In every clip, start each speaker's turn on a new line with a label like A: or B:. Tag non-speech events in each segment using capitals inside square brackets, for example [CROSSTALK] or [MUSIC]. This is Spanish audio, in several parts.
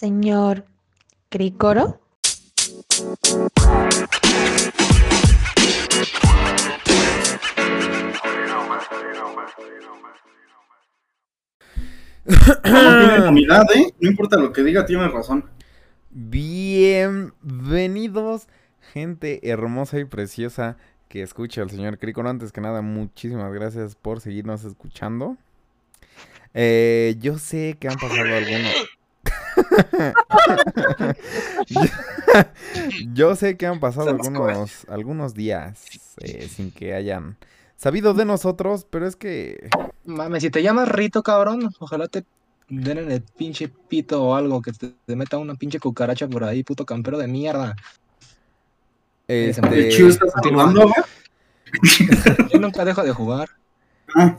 A: Señor Crícoro.
B: [CLEARS THROAT] tiene inmunidad, ¿eh? No importa lo que diga, tiene razón.
C: Bienvenidos, gente hermosa y preciosa que escucha al señor Crícoro. Antes que nada, muchísimas gracias por seguirnos escuchando. Eh, yo sé que han pasado algunos. [LAUGHS] yo, yo sé que han pasado
B: Se nos
C: algunos, algunos días eh, sin que hayan sabido de nosotros, pero es que
D: Mames, si te llamas Rito, cabrón, ojalá te den en el pinche pito o algo, que te, te meta una pinche cucaracha por ahí, puto campero de mierda. Ese
C: este,
B: El chivo está saludando, güey.
D: Yo nunca dejo de jugar.
B: Ah,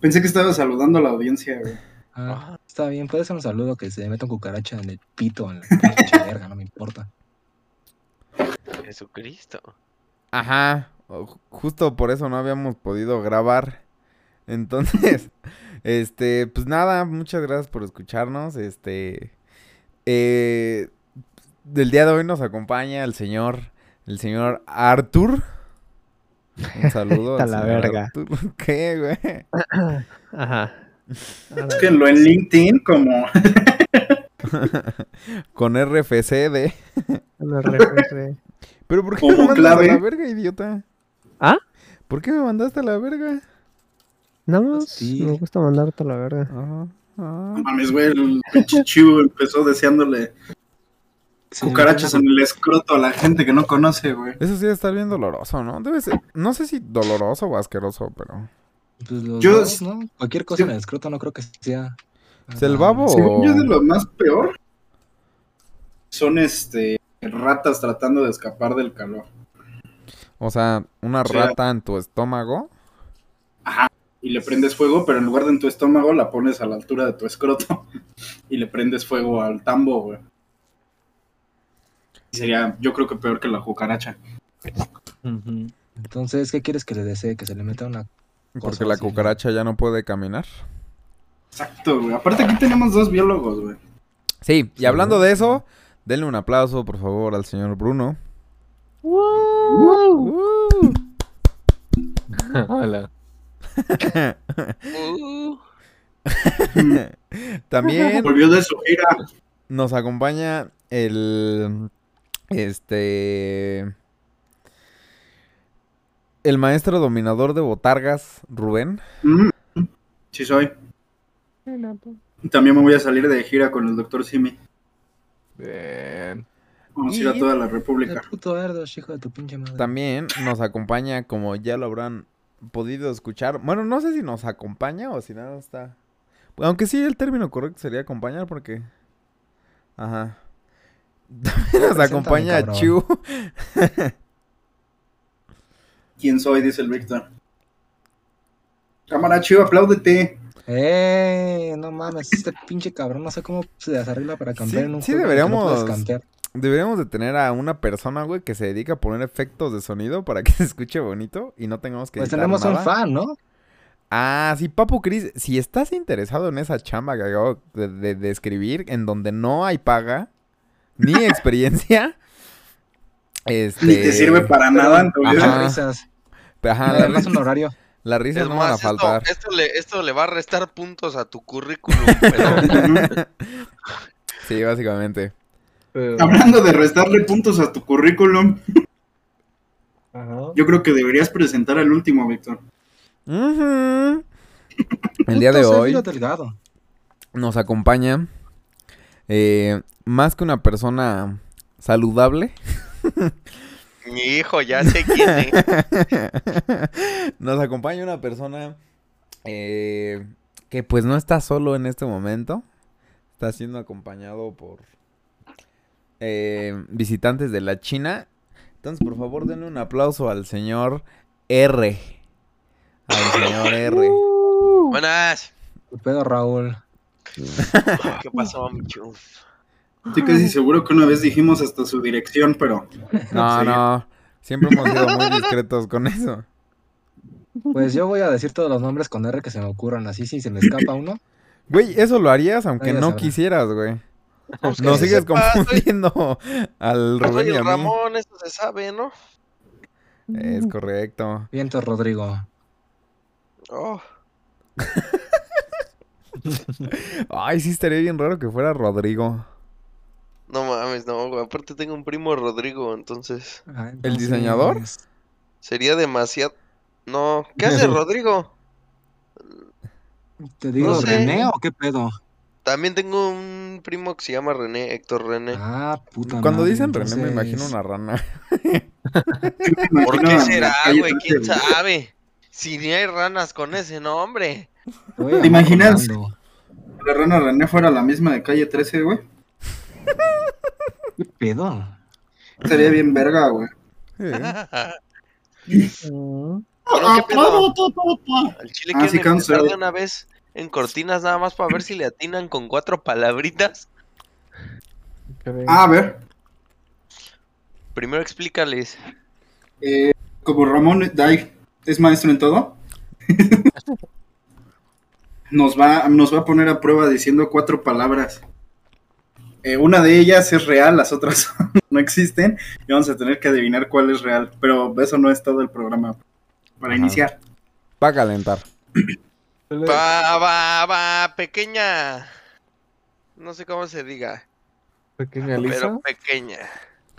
B: pensé que estaba saludando a la audiencia, güey.
D: Ah, está bien, puede ser un saludo que se meta un cucaracha en el pito, en la pinche verga, no me importa.
E: Jesucristo.
C: Ajá, o- justo por eso no habíamos podido grabar. Entonces, [LAUGHS] este, pues nada, muchas gracias por escucharnos. Este, eh, del día de hoy nos acompaña el señor, el señor Arthur. Un
F: [LAUGHS]
C: saludo.
F: Está
C: al
F: la
C: señor
F: verga.
C: Arthur. [LAUGHS] ¿Qué, güey?
F: Ajá.
B: Búsquenlo en LinkedIn como [LAUGHS]
C: Con RFC de.
F: Lo repuse.
C: Pero ¿por qué
B: Como
C: me mandas
B: clave.
C: a la verga, idiota?
F: ¿Ah?
C: ¿Por qué me mandaste a la verga?
F: Nada más
D: Sí.
F: me gusta mandarte a la verga.
C: Ajá, ah. ajá.
B: No mames, güey, el pinche chivo empezó deseándole
D: Sí,
B: cucarachas en el escroto a la gente que no conoce, güey.
C: Eso sí está bien doloroso, ¿no? Debe ser, no sé si doloroso o asqueroso, pero...
D: pues los
B: Yo-
D: dos, ¿no? Cualquier cosa en el escroto no creo que sea. Ah,
C: ¿Es el babo
D: Oh.
B: Según
C: o...?
B: yo, de lo más peor son este ratas tratando de escapar del calor.
C: o sea, una
B: Sí.
C: rata en tu estómago?
B: Y le prendes fuego, pero en lugar de en tu estómago, la pones a la altura de tu escroto. [LAUGHS] Y le prendes fuego al tambo, güey. Sería, yo creo que peor que la cucaracha.
D: Entonces, ¿qué quieres que le desee? Que se le meta una.
C: Porque
D: Cosa
C: la
D: así, ¿no?
C: cucaracha ya no puede caminar.
B: Exacto, güey. Aparte aquí tenemos dos biólogos, güey.
C: Sí, y hablando de eso, denle un aplauso, por favor, al señor Bruno. ¡Woo! [LAUGHS]
G: Hola.
E: Uh,
C: También
B: Volvió de su gira.
C: nos acompaña el... Este... El maestro dominador de botargas, Rubén.
B: Mm, sí soy. También me voy a salir de gira con el doctor Simi.
G: Bien.
B: Vamos a ir a
C: Y-
B: toda la
D: El
B: república.
D: puto Erdos, hijo de tu pinche madre.
C: También nos acompaña, como ya lo habrán podido escuchar. Bueno, no sé si nos acompaña o si nada está. Bueno, Aunque sí, el término correcto sería acompañar porque. Ajá. [LAUGHS] También nos
D: Preséntame,
C: acompaña
D: cabrón.
C: Chu.
B: ¿Quién soy? Dice el Víctor. Cámara chivo, apláudete.
D: Eh, no mames, este pinche cabrón, no sé cómo se desarregla para campear
C: Sí-
D: en un
C: sí
D: juego en el que no puedes
C: deberíamos-
D: campear.
C: Deberíamos de tener a una persona, güey, que se dedica a poner efectos de sonido para que [LAUGHS] se escuche bonito y no tengamos que
D: Pues
C: editar
D: tenemos un
C: nada.
D: fan, ¿no?
C: Ah, sí, Papu Cris, si estás interesado en esa chamba que acabo de, de- de escribir, en donde no hay paga
E: [LAUGHS]
C: ni experiencia, este...
B: Ni te sirve para nada en tu vida.
C: Ajá. Ah,
D: Ajá. risas.
C: Ajá, la,
D: Nada más
C: ri-
D: un horario.
C: la risa
E: es
C: no van a
E: más, esto,
C: faltar.
E: esto le, esto le va a restar puntos a tu currículum, [LAUGHS] pero
C: Sí, básicamente.
B: Hablando de restarle puntos a tu currículum, yo creo que deberías presentar al último, Víctor.
C: Ujú. [LAUGHS] El día
D: Puto
C: de
D: Sergio
C: hoy
D: Delgado.
C: nos acompaña eh, más que una persona saludable.
E: mi hijo ya sé quién es.
C: [LAUGHS] Nos acompaña una persona eh, que pues no está solo en este momento. Está siendo acompañado por eh, visitantes de la China. Entonces, por favor, denle un aplauso al señor R. Al señor R.
E: Uh. Buenas.
D: Tu pedo, Raúl.
E: ¿Qué pasó, Michu?
B: Estoy casi seguro que una vez dijimos hasta su dirección, pero
C: No,
B: Sí.
C: no. Siempre hemos sido muy discretos con eso.
D: Pues yo voy a decir todos los nombres con R que se me ocurran, así si se me escapa uno.
C: Güey, eso lo harías aunque
D: Nadie
C: no
D: sabrá.
C: quisieras, güey.
E: Pues que
C: Nos
E: se
C: sigues
E: sepa, soy-
C: confundiendo al Rubén y
E: Soy
C: a
E: el
C: mí.
E: Ramón, eso se sabe, ¿no?
C: Es correcto.
D: Viento, Rodrigo. Ah,
E: Oh,
C: Ay, sí estaría bien raro que fuera Rodrigo.
E: no mames, no, güey. Aparte tengo un primo Rodrigo, entonces
D: Ah,
C: ¿El
D: entonces-
C: diseñador?
E: sería demasiado... No,
C: [LAUGHS]
E: ¿qué hace Rodrigo?
D: ¿Te digo
E: No sé.
D: René o qué pedo?
E: También tengo un primo que se llama René, Héctor René.
D: Ah, puta
C: Cuando
D: madre,
C: dicen René me
D: entonces-
C: imagino una
E: [LAUGHS]
C: rana.
E: ¿Por qué será, güey? ¿Quién sabe? Si ni hay ranas con ese nombre.
D: Te voy a
B: ¿Te
D: llamar
B: imaginas?
D: Rolando.
B: La rana René fuera la misma de calle 13, güey.
D: ¿Qué pedo?
B: Sería bien verga, güey.
C: ¿Eh?
E: [LAUGHS] Bueno,
C: Ah,
E: ¿qué pedo? Al chile
B: Ah,
E: quieren
B: sí,
E: empezar
B: cancel.
E: de una vez en cortinas nada más para ver si le atinan con cuatro palabritas.
B: Ah, a ver.
E: Primero explícales.
B: eh, como Ramón Dai es maestro en todo, nos, va, nos va a poner a prueba diciendo cuatro palabras. Eh, una de ellas es real, las otras [LAUGHS] no existen y vamos a tener que adivinar cuál es real. Pero eso no es todo el programa. Para
C: Ajá.
B: iniciar.
C: Va a calentar.
E: Va, va, va, pequeña. No sé cómo se diga,
G: Pequeña
E: pero
G: Lisa.
E: pequeña.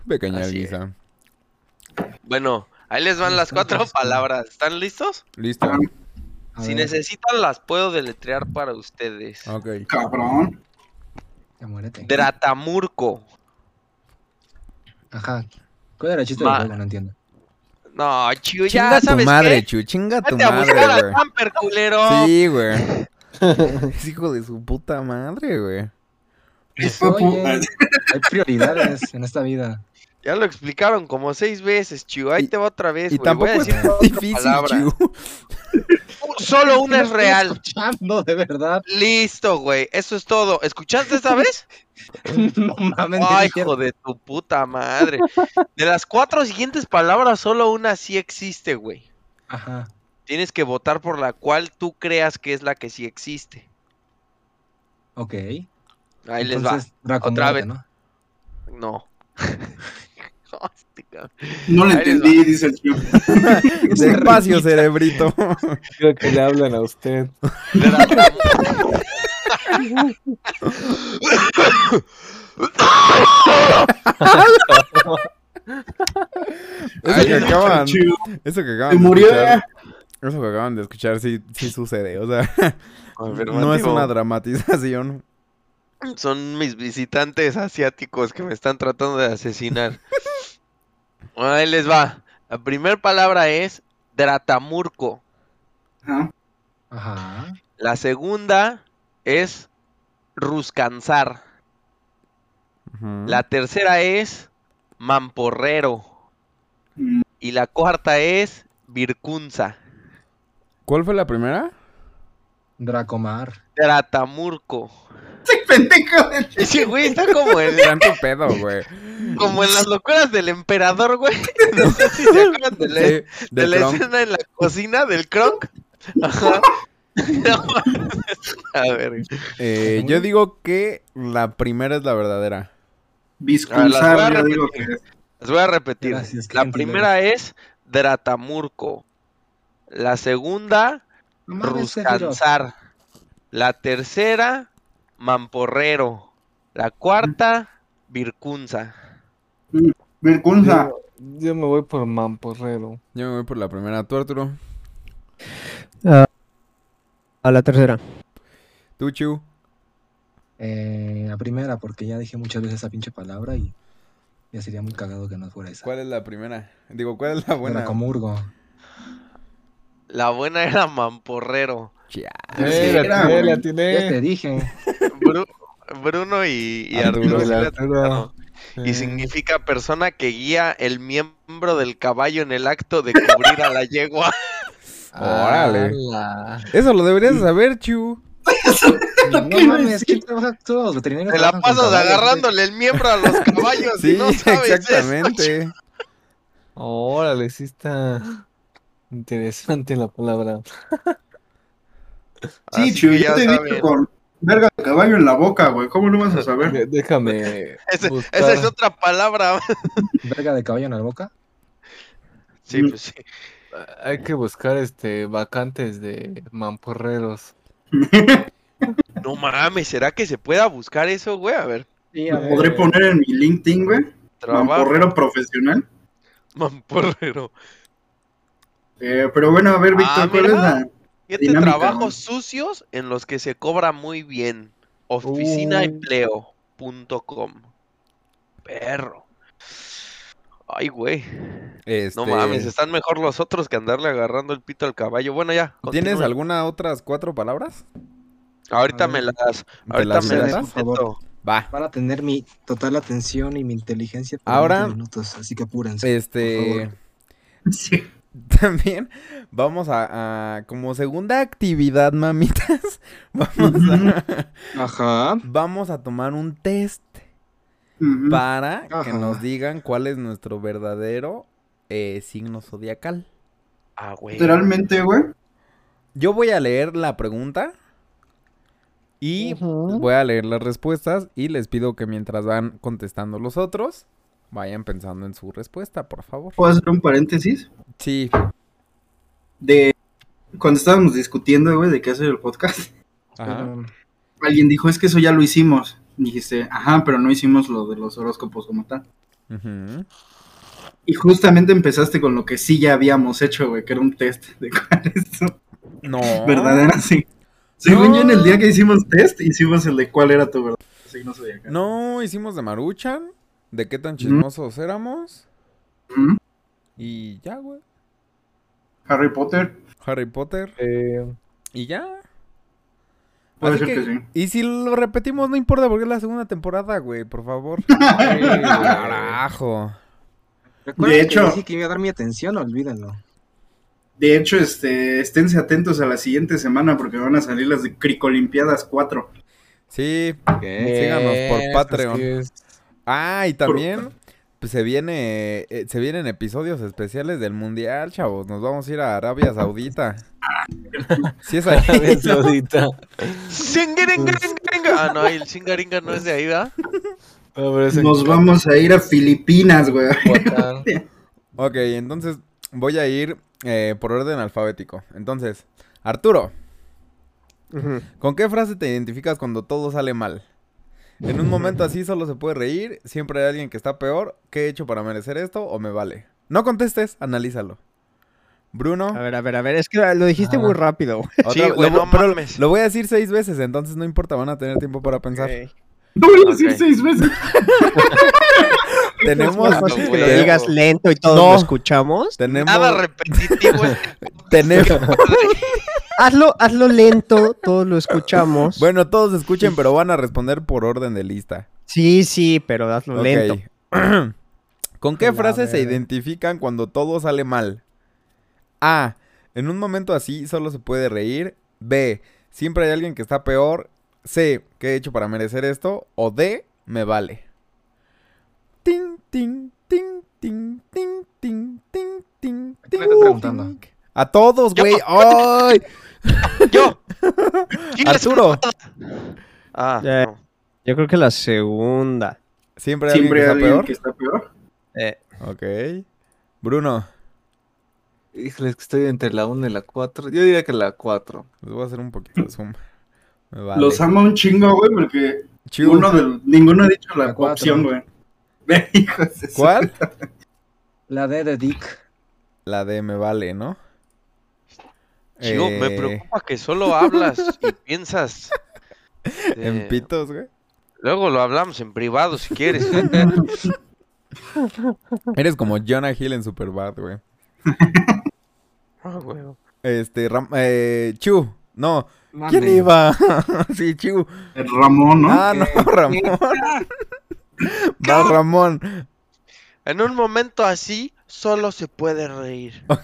C: Pequeña
E: Así es.
C: Lisa.
E: Bueno, ahí les van las cuatro palabras. ¿Están listos?
C: Listo.
B: Ah,
D: A
E: Si
D: ver,
E: necesitan las puedo deletrear para ustedes.
C: Ok.
B: Cabrón.
D: ya muérete.
E: Dratamurco.
D: Ajá. ¿Cuál era el chiste del
E: Ma-
D: juego?
B: [LAUGHS]
D: No entiendo.
E: No, chido,
C: Chinga
E: ya
C: tu
E: sabes
C: madre,
E: qué.
C: Chu. Chinga tu
E: Vete a
C: madre,
E: buscar al
C: güey.
E: camper, culero.
C: Sí, güey.
E: [LAUGHS]
C: Es hijo de su puta madre, güey.
E: Pues,
B: ah,
D: Oye, hay prioridades en esta vida.
E: Ya lo explicaron como seis veces, chido. Ahí
C: Y-
E: te va otra vez,
C: Y
E: güey. Voy
C: tampoco
E: a
C: es [LAUGHS]
E: decir
C: tan difícil,
E: palabra. [LAUGHS]
C: Chu.
E: Uh, Solo una es real.
D: No, de verdad.
E: Listo, güey. Eso es todo.
C: [LAUGHS]
E: ¿Escuchaste esta vez?
D: [LAUGHS]
E: [LAUGHS]
D: No
C: Ah,
D: mames.
E: Ay,
D: ni
E: hijo de tu puta madre. De las cuatro siguientes palabras, solo una sí existe, güey.
D: Ajá.
E: Tienes que votar por la cual tú creas que es la que sí existe.
D: Ok.
E: Ahí les
D: Entonces, Draco,
E: Otra
D: muérete,
E: vez.
C: [LAUGHS]
D: ¿no?
E: va. No. [LAUGHS] Hostia.
B: No lo
E: Ahí les
B: entendí, dice el señor.
C: Despacio,
E: [LAUGHS]
C: cerebrito.
G: Creo que le hablan a usted.
C: [LAUGHS]
E: Dratamurco.
C: Eso que
B: [LAUGHS]
C: acaban.
B: Chido.
C: Eso que acaban.
B: Se
C: de
B: murió.
C: escuchar- Eso que acaban de escuchar sí, sí sucede. O sea, [LAUGHS] no es
E: Afirmativo.
C: una dramatización.
E: Son mis visitantes asiáticos que me están tratando de asesinar. Ahí les va. La primera palabra es Dratamurco.
B: Ajá.
D: Ajá.
E: La segunda es Ruscansar.
C: Ujú.
E: La tercera es Mamporrero.
B: Mm,
E: Y la cuarta es Vircunza.
C: ¿Cuál fue la primera?
E: [LAUGHS]
D: Dracomar.
E: Dratamurco.
B: este Pendejo.
E: [LAUGHS] Ese güey está como en,
C: Tanto pedo, güey.
E: como en las locuras del emperador, güey. [LAUGHS] No sé si se acuerdan de la-
C: Sí, de
E: de la
C: Trump.
E: escena en la cocina del Kronk. Ajá. [LAUGHS] No, es una verga.
C: Eh, yo digo que la primera es la verdadera.
E: A ver, las
B: Visconsar,
E: voy a
B: yo digo que
E: repetir. Las voy a repetir.
D: Gracias, qué
E: la
D: gentil
E: primera es Dratamurco. La segunda,
D: No mames, Sephiroth.
E: Ruscansar. La tercera, Mamporrero. La cuarta, Vircunza.
B: Virkunza.
G: Yo, yo me voy por Mamporrero.
C: Yo me voy por la primera. Tú, Arturo.
F: A la tercera.
C: Tú, Chu.
D: Eh, la primera, porque ya dije muchas veces esa pinche palabra y ya sería muy cagado que no fuera esa.
C: ¿Cuál es la primera? Digo, ¿cuál es la buena?
D: Dracomurgo.
E: La buena era Mamporrero.
C: Chia.
G: Eh,
B: sí,
G: la
B: era,
G: atiné,
B: güey.
G: la
D: Ya te
G: atiné.
D: dije.
E: Bru- Bruno y, y
C: Arturo,
E: Arturo. sí
G: el
E: la
G: Arturo.
E: acertaron.
G: Eh,
E: y significa persona que guía el miembro del caballo en el acto de cubrir a la yegua.
C: Órale.
G: ala.
D: Ah.
C: Eso lo deberías saber,
E: [LAUGHS]
C: Chu.
D: [LAUGHS] No mames, ¿quién trabaja? Todos los veterinarios
E: Te la
D: trabajan con
E: pasas
D: caballos,
E: agarrándole el miembro a los caballos
C: Sí,
E: y no sabes [LAUGHS]
C: exactamente.
G: Órale, sí está interesante la palabra.
B: Sí, Chu, yo te he dicho con verga de caballo en la boca, güey. ¿Cómo no vas a saber?
G: Dé- Déjame.
E: Ese-
G: buscar.
E: Esa es otra palabra. [LAUGHS]
D: Verga de caballo en la boca.
E: Sí, pues sí.
G: Hay que buscar este vacantes de mamporreros.
E: No mames, ¿será que se pueda buscar eso, güey? A ver.
D: Sí,
B: ¿Lo podré poner en mi LinkedIn, güey?
E: Trabajo.
B: Mamporrero profesional.
E: Mamporrero.
B: Eh, pero bueno, a ver, Víctor,
E: Ah,
B: ¿cuál es
E: mira.
B: la...? [LAUGHS]
E: Siete
B: Dinámica, ¿no?
E: trabajos sucios en los que se cobra muy bien. Oficinaempleo.com. Perro. Ay, güey. No
C: Este,
E: mames, están mejor los otros que andarle agarrando el pito al caballo. Bueno, ya.
C: ¿Tienes
E: continúen.
C: alguna otras cuatro palabras?
E: Ahorita
D: A
E: me
D: ver.
E: las.
C: ¿Te
E: Ahorita
C: las
E: me las.
C: inventas?
D: por favor.
C: Va.
D: Van a tener mi total atención y mi inteligencia por
C: Ahora-
D: 20 minutos, así que apúrense.
C: Este,
D: favor.
E: [LAUGHS]
B: Sí.
C: [LAUGHS] también vamos a, a- como segunda actividad, mamitas, vamos a,
D: Ajá.
C: [LAUGHS] vamos a tomar un test
B: Ujú.
C: para que
D: Ajá.
C: nos digan cuál es nuestro verdadero eh, signo zodiacal.
E: Ah, güey.
B: Literalmente, güey.
C: Yo voy a leer la pregunta y voy a leer las respuestas y les pido que mientras van contestando los otros, vayan pensando en su respuesta, por favor.
B: ¿Puedo hacer un paréntesis?
C: Sí,
B: De cuando estábamos discutiendo, güey, de qué hacer el podcast, [LAUGHS]
C: ajá.
D: Pero-
B: alguien dijo, es que eso ya lo hicimos. Y dijiste, ajá, pero no hicimos lo de los horóscopos como tal.
C: Ujú.
B: Y justamente empezaste con lo que sí ya habíamos hecho, güey, que era un test de [LAUGHS] cuál es tu
C: No.
E: Ah.
B: verdadera sí. Según
C: No.
B: yo, en el día que hicimos test, hicimos el de cuál era tu verdadero signo zodiacal.
C: No, hicimos de Maruchan, de qué
B: Mm.
C: tan chismosos éramos
B: Ujú.
C: y ya, güey.
B: Harry Potter,
C: Harry Potter
G: Eh,
C: y ya.
B: puede
C: Así
B: ser que...
C: que-
B: sí.
C: Y si lo repetimos, no importa porque es la segunda temporada, güey, por favor.
G: ay, güey.
C: Carajo.
D: ¿Recuerdan
B: De
D: que
B: hecho-
D: dije que iba a dar mi atención, olvídenlo.
B: De hecho, este, esténse atentos a la siguiente semana porque van a salir las de Cricolimpiadas 4.
C: Sí.
G: Eh,
C: Síganos por
G: eso
C: Patreon.
G: sí es.
C: Ah, y también pues, se viene eh, se vienen episodios especiales del mundial, chavos. Nos vamos a ir a Arabia Saudita. Sí es ahí.
G: [LAUGHS] Arabia
C: [LAUGHS]
G: Saudita.
E: Singaringaringaringa. Ah, no, el singaringa no es de ahí, ¿verdad?
G: No, pero es en
B: Nos vamos a ir a Filipinas, güey.
G: Coyoacán.
C: Ok, entonces voy a ir eh, por orden alfabético. Entonces, Arturo, ¿con qué frase te identificas cuando todo sale mal? En un momento
F: [LAUGHS]
C: así solo se puede reír, siempre hay alguien que está peor. ¿Qué he hecho para merecer esto o me vale? No contestes, analízalo. Bruno,
F: A ver, a ver, a ver, es que lo dijiste muy rápido. güey.
C: otra-
E: Sí, güey,
C: lo,
E: no
C: pero
E: mames.
C: lo voy a decir seis veces, entonces no importa, van a tener tiempo para pensar.
B: [LAUGHS] No voy a decir
E: Ok.
B: seis veces.
F: Más
C: Tenemos,
F: fácil que lo
E: huevo.
F: digas lento y todos
C: No.
F: lo escuchamos.
C: tenemos,
E: Nada
C: [LAUGHS]
E: repetitivo. este podcast,
C: tenemos-
E: güey.
F: Hazlo, hazlo lento, todos lo escuchamos.
C: [LAUGHS] Bueno, todos escuchen, pero van a responder por orden de lista.
F: Sí, sí, pero hazlo
C: Ok.
F: lento.
C: [CLEARS THROAT] ¿Con qué
G: La
C: frases se
G: verga.
C: identifican cuando todo sale mal? A. En un momento así solo se puede reír. B. Siempre hay alguien que está peor. C. ¿Qué he hecho para merecer esto? O D. Me vale. Ting, ting, ting, ting, ting, ting, ting, ting,
D: quién le
C: ting,
D: estás preguntando?
C: ting. A todos,
E: Yo.
C: güey. ¡Ay!
B: [LAUGHS]
E: Yo. ¿Quién es-
C: Arturo.
E: Ah,
F: Ya.
E: no.
F: Yo creo que la segunda.
C: Siempre hay
B: Siempre hay
C: alguien que está
B: alguien
C: peor.
B: que está peor.
F: Eh,
C: Ok. Bruno,
G: Híjole, es que estoy entre la 1 y la 4. Yo diría que la 4.
C: les voy a hacer un poquito de zoom. Me vale.
B: Los amo un chingo, güey, porque
C: Chu,
B: uno de- ninguno ha dicho la,
D: La cuatro.
B: opción, güey. [LAUGHS] Ve, hijos de su- [LAUGHS]
C: ¿Cuál?
D: La D de Dick.
C: La de me vale, ¿no?
E: Chico, me
C: Eh,
E: preocupa que solo hablas y piensas.
C: [LAUGHS] En
E: Eh,
C: pitos, güey.
E: Luego lo hablamos en privado
C: [LAUGHS]
E: si quieres.
C: Eres como Jonah Hill en Superbad, güey.
E: Ah, huevo.
C: Este, Ram- eh, Chu. No,
D: Mande.
C: ¿quién iba? [LAUGHS] sí, Chu.
B: El Ramón, ¿no?
C: Ah, no, [LAUGHS] Ramón. Va Ramón.
E: en un momento así, solo se puede reír.
C: Ah,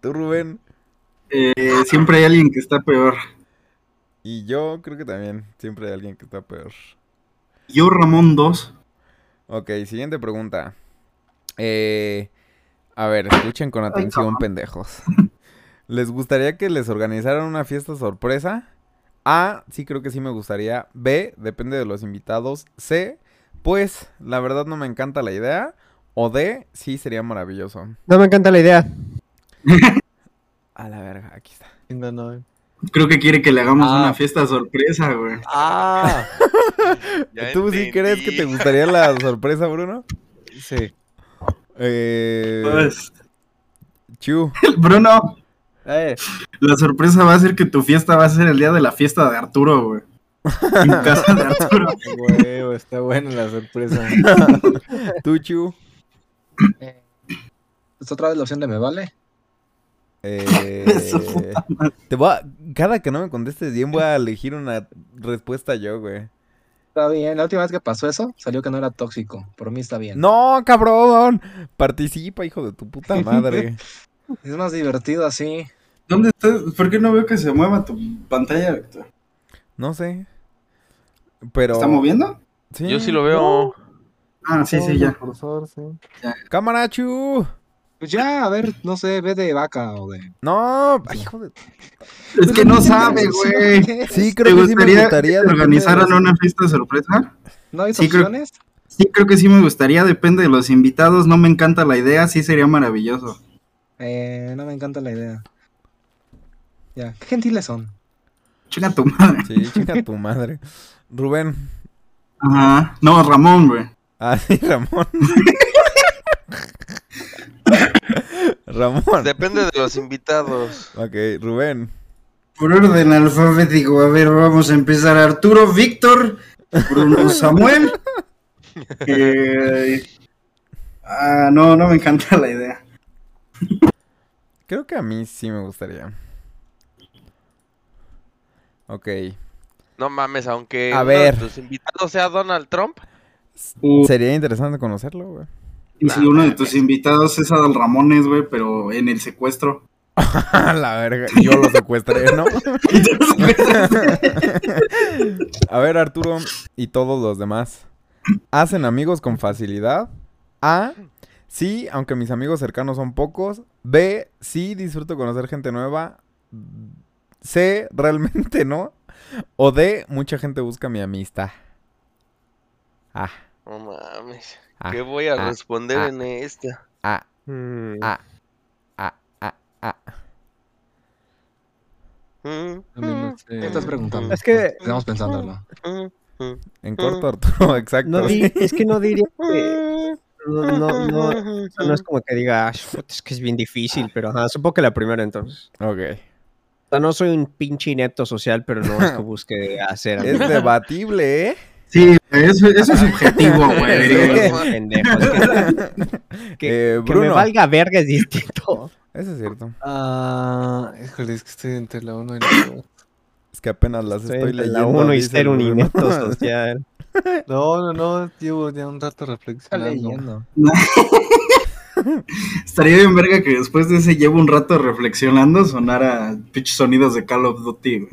C: Tú, Rubén.
B: Eh, siempre hay alguien que está peor.
C: Y yo creo que también. Siempre hay alguien que está peor.
B: Yo, Ramón 2.
C: Ok, siguiente pregunta. Eh, a ver, escuchen con atención, pendejos. ¿Les gustaría que les organizaran una fiesta sorpresa? A, sí creo que sí me gustaría. B, depende de los invitados. C, pues la verdad no me encanta la idea. O D, sí sería maravilloso.
F: No me encanta la idea.
C: A la verga, aquí está.
G: No, no.
B: Creo que quiere que le hagamos
G: Ah.
B: una fiesta sorpresa, güey.
G: Ah,
E: [LAUGHS]
F: [LAUGHS]
E: Ya
C: ¿Tú sí crees que te
E: entendí.
C: gustaría la sorpresa, Bruno?
G: sí.
C: Eh,
B: Pues,
C: Chu.
B: Bruno,
G: Eh,
B: la sorpresa va a ser que tu fiesta va a ser el día de la fiesta de Arturo, güey. En casa de Arturo.
G: huevo, está buena la sorpresa.
C: Tú, Chu.
D: Es otra vez la opción de me vale.
C: [LAUGHS] Eh, te voy a- cada que no me contestes bien voy a elegir una respuesta yo, güey.
D: Está bien, la última vez que pasó eso salió que no era tóxico. Por mí está bien.
C: No, cabrón. Participa, hijo de tu puta [LAUGHS] madre.
D: Es más divertido así.
B: ¿Dónde estás? ¿Por qué no veo que se mueva tu pantalla, Víctor?
C: No sé. Pero...
B: ¿Está moviendo?
E: Yo sí lo veo.
B: Ah, sí, sí, ya.
G: Cursor, sí.
C: Cámara, Chu.
D: Pues ya, a ver, no sé, ve de vaca o de.
C: No, ay, hijo de...
B: Es que no [LAUGHS]
D: [LAUGHS]
B: sabe, güey.
C: Sí,
B: ¿Te
C: creo que sí me
B: gustaría
C: gustaría.
B: que
C: depende de
B: organizaran
C: los-
B: una fiesta sorpresa?
D: ¿No hay
B: Sí, creo-
D: opciones?
B: Sí, creo que sí me gustaría, depende de los invitados, no me encanta la idea, sí sería maravilloso.
D: Eh, no me encanta la idea. Ya, qué gentiles son.
B: Chica tu madre.
C: Sí, chica tu madre. Rubén. [LAUGHS]
B: Ajá. No, Ramón, güey.
C: Ah, sí, [LAUGHS] Ramón. Ramón.
E: Depende de los invitados.
C: Ok, Rubén.
B: Por orden alfabético, a ver, vamos a empezar. Arturo, Víctor,
D: [LAUGHS]
B: Bruno, Samuel. Eh, ah, no, no me encanta la idea.
C: Creo que a mí sí me gustaría. Ok.
E: No mames, aunque
C: A
E: uno
C: ver.
E: de tus invitados sea Donald Trump.
C: Sería interesante conocerlo, güey. [LAUGHS]
B: Y si
E: Nah,
B: uno de tus invitados es Adal Ramones, güey, pero en el
D: [LAUGHS]
B: secuestro.
C: A la verga. Yo lo secuestré, ¿no? A ver, Arturo y todos los demás. ¿Hacen amigos con facilidad? A. Sí, aunque mis amigos cercanos son pocos. B. Sí, disfruto conocer gente nueva. C. Realmente no. O D. Mucha gente busca mi amistad. Ah,
E: No mames.
C: ah,
E: ¿Qué voy a
C: ah,
E: responder
C: ah.
E: en esta?
C: ah,
G: Mm,
C: ah, ah, ah, ah.
E: Mm, [LAUGHS]
G: también no sé.
D: ¿Qué estás preguntando?
F: Es que
D: Estamos pensándolo.
E: mm,
C: En corto, Arturo, [LAUGHS] exacto.
F: no di-
C: sí.
F: es que no diría que
C: [LAUGHS]
E: mm,
F: no, no, no, o
E: mm,
F: sea, no es como que diga, "Ah, shit, es que es bien difícil, pero ajá, supongo que la primera entonces. [LAUGHS]
C: Ok.
F: O sea, no soy un pinche inepto social, pero no
C: [LAUGHS]
F: es que busque hacer
C: Es
F: [LAUGHS] amigos.
C: debatible, ¿eh?
B: Sí, eso, eso es subjetivo,
D: [LAUGHS]
B: güey. diría yo.
F: Eres pendejo, es que- [LAUGHS] que-
C: Eh,
F: que me
C: Bruno.
F: valga verga es distinto.
C: Eso es cierto.
G: Ah, híjole, es que estoy entre la 1 y la
D: [LAUGHS]
G: 2.
C: Es que apenas las
F: Estoy
C: estoy,
F: entre
C: leyendo.
F: la uno y
C: dice
F: ser un
C: Bruno.
F: inepto social.
G: No, no, no, llevo ya un rato
D: Está
G: reflexionando.
D: leyendo.
B: Estaría bien verga que después de ese llevo un rato reflexionando sonara pinches sonidos de Call of Duty, güey.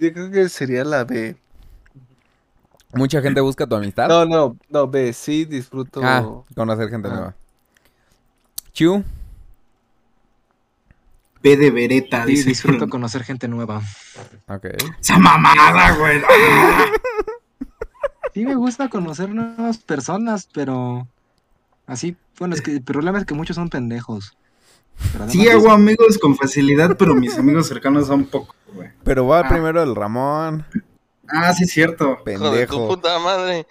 G: Yo creo que sería la B.
C: Mucha gente busca tu
D: Ah.
C: amistad.
G: No, no, no, B, sí disfruto.
C: Ah, conocer gente
G: Ah.
C: nueva. Chu,
B: P de Beretta,
D: Sí,
B: dice.
D: disfruto
B: Bruno.
D: conocer gente nueva.
C: ok.
B: Esa mamada,
D: [LAUGHS]
B: güey.
D: Sí, me gusta conocer nuevas personas, pero. Así, bueno, es que el problema es que muchos son pendejos. Pero
B: Sí
D: además-
B: hago amigos con facilidad, pero mis amigos cercanos son pocos, güey.
C: Pero va
B: Ah.
C: primero el Ramón,
B: Ah, sí, es cierto.
E: hijo de tu
C: [LAUGHS] pendejo.
E: puta madre.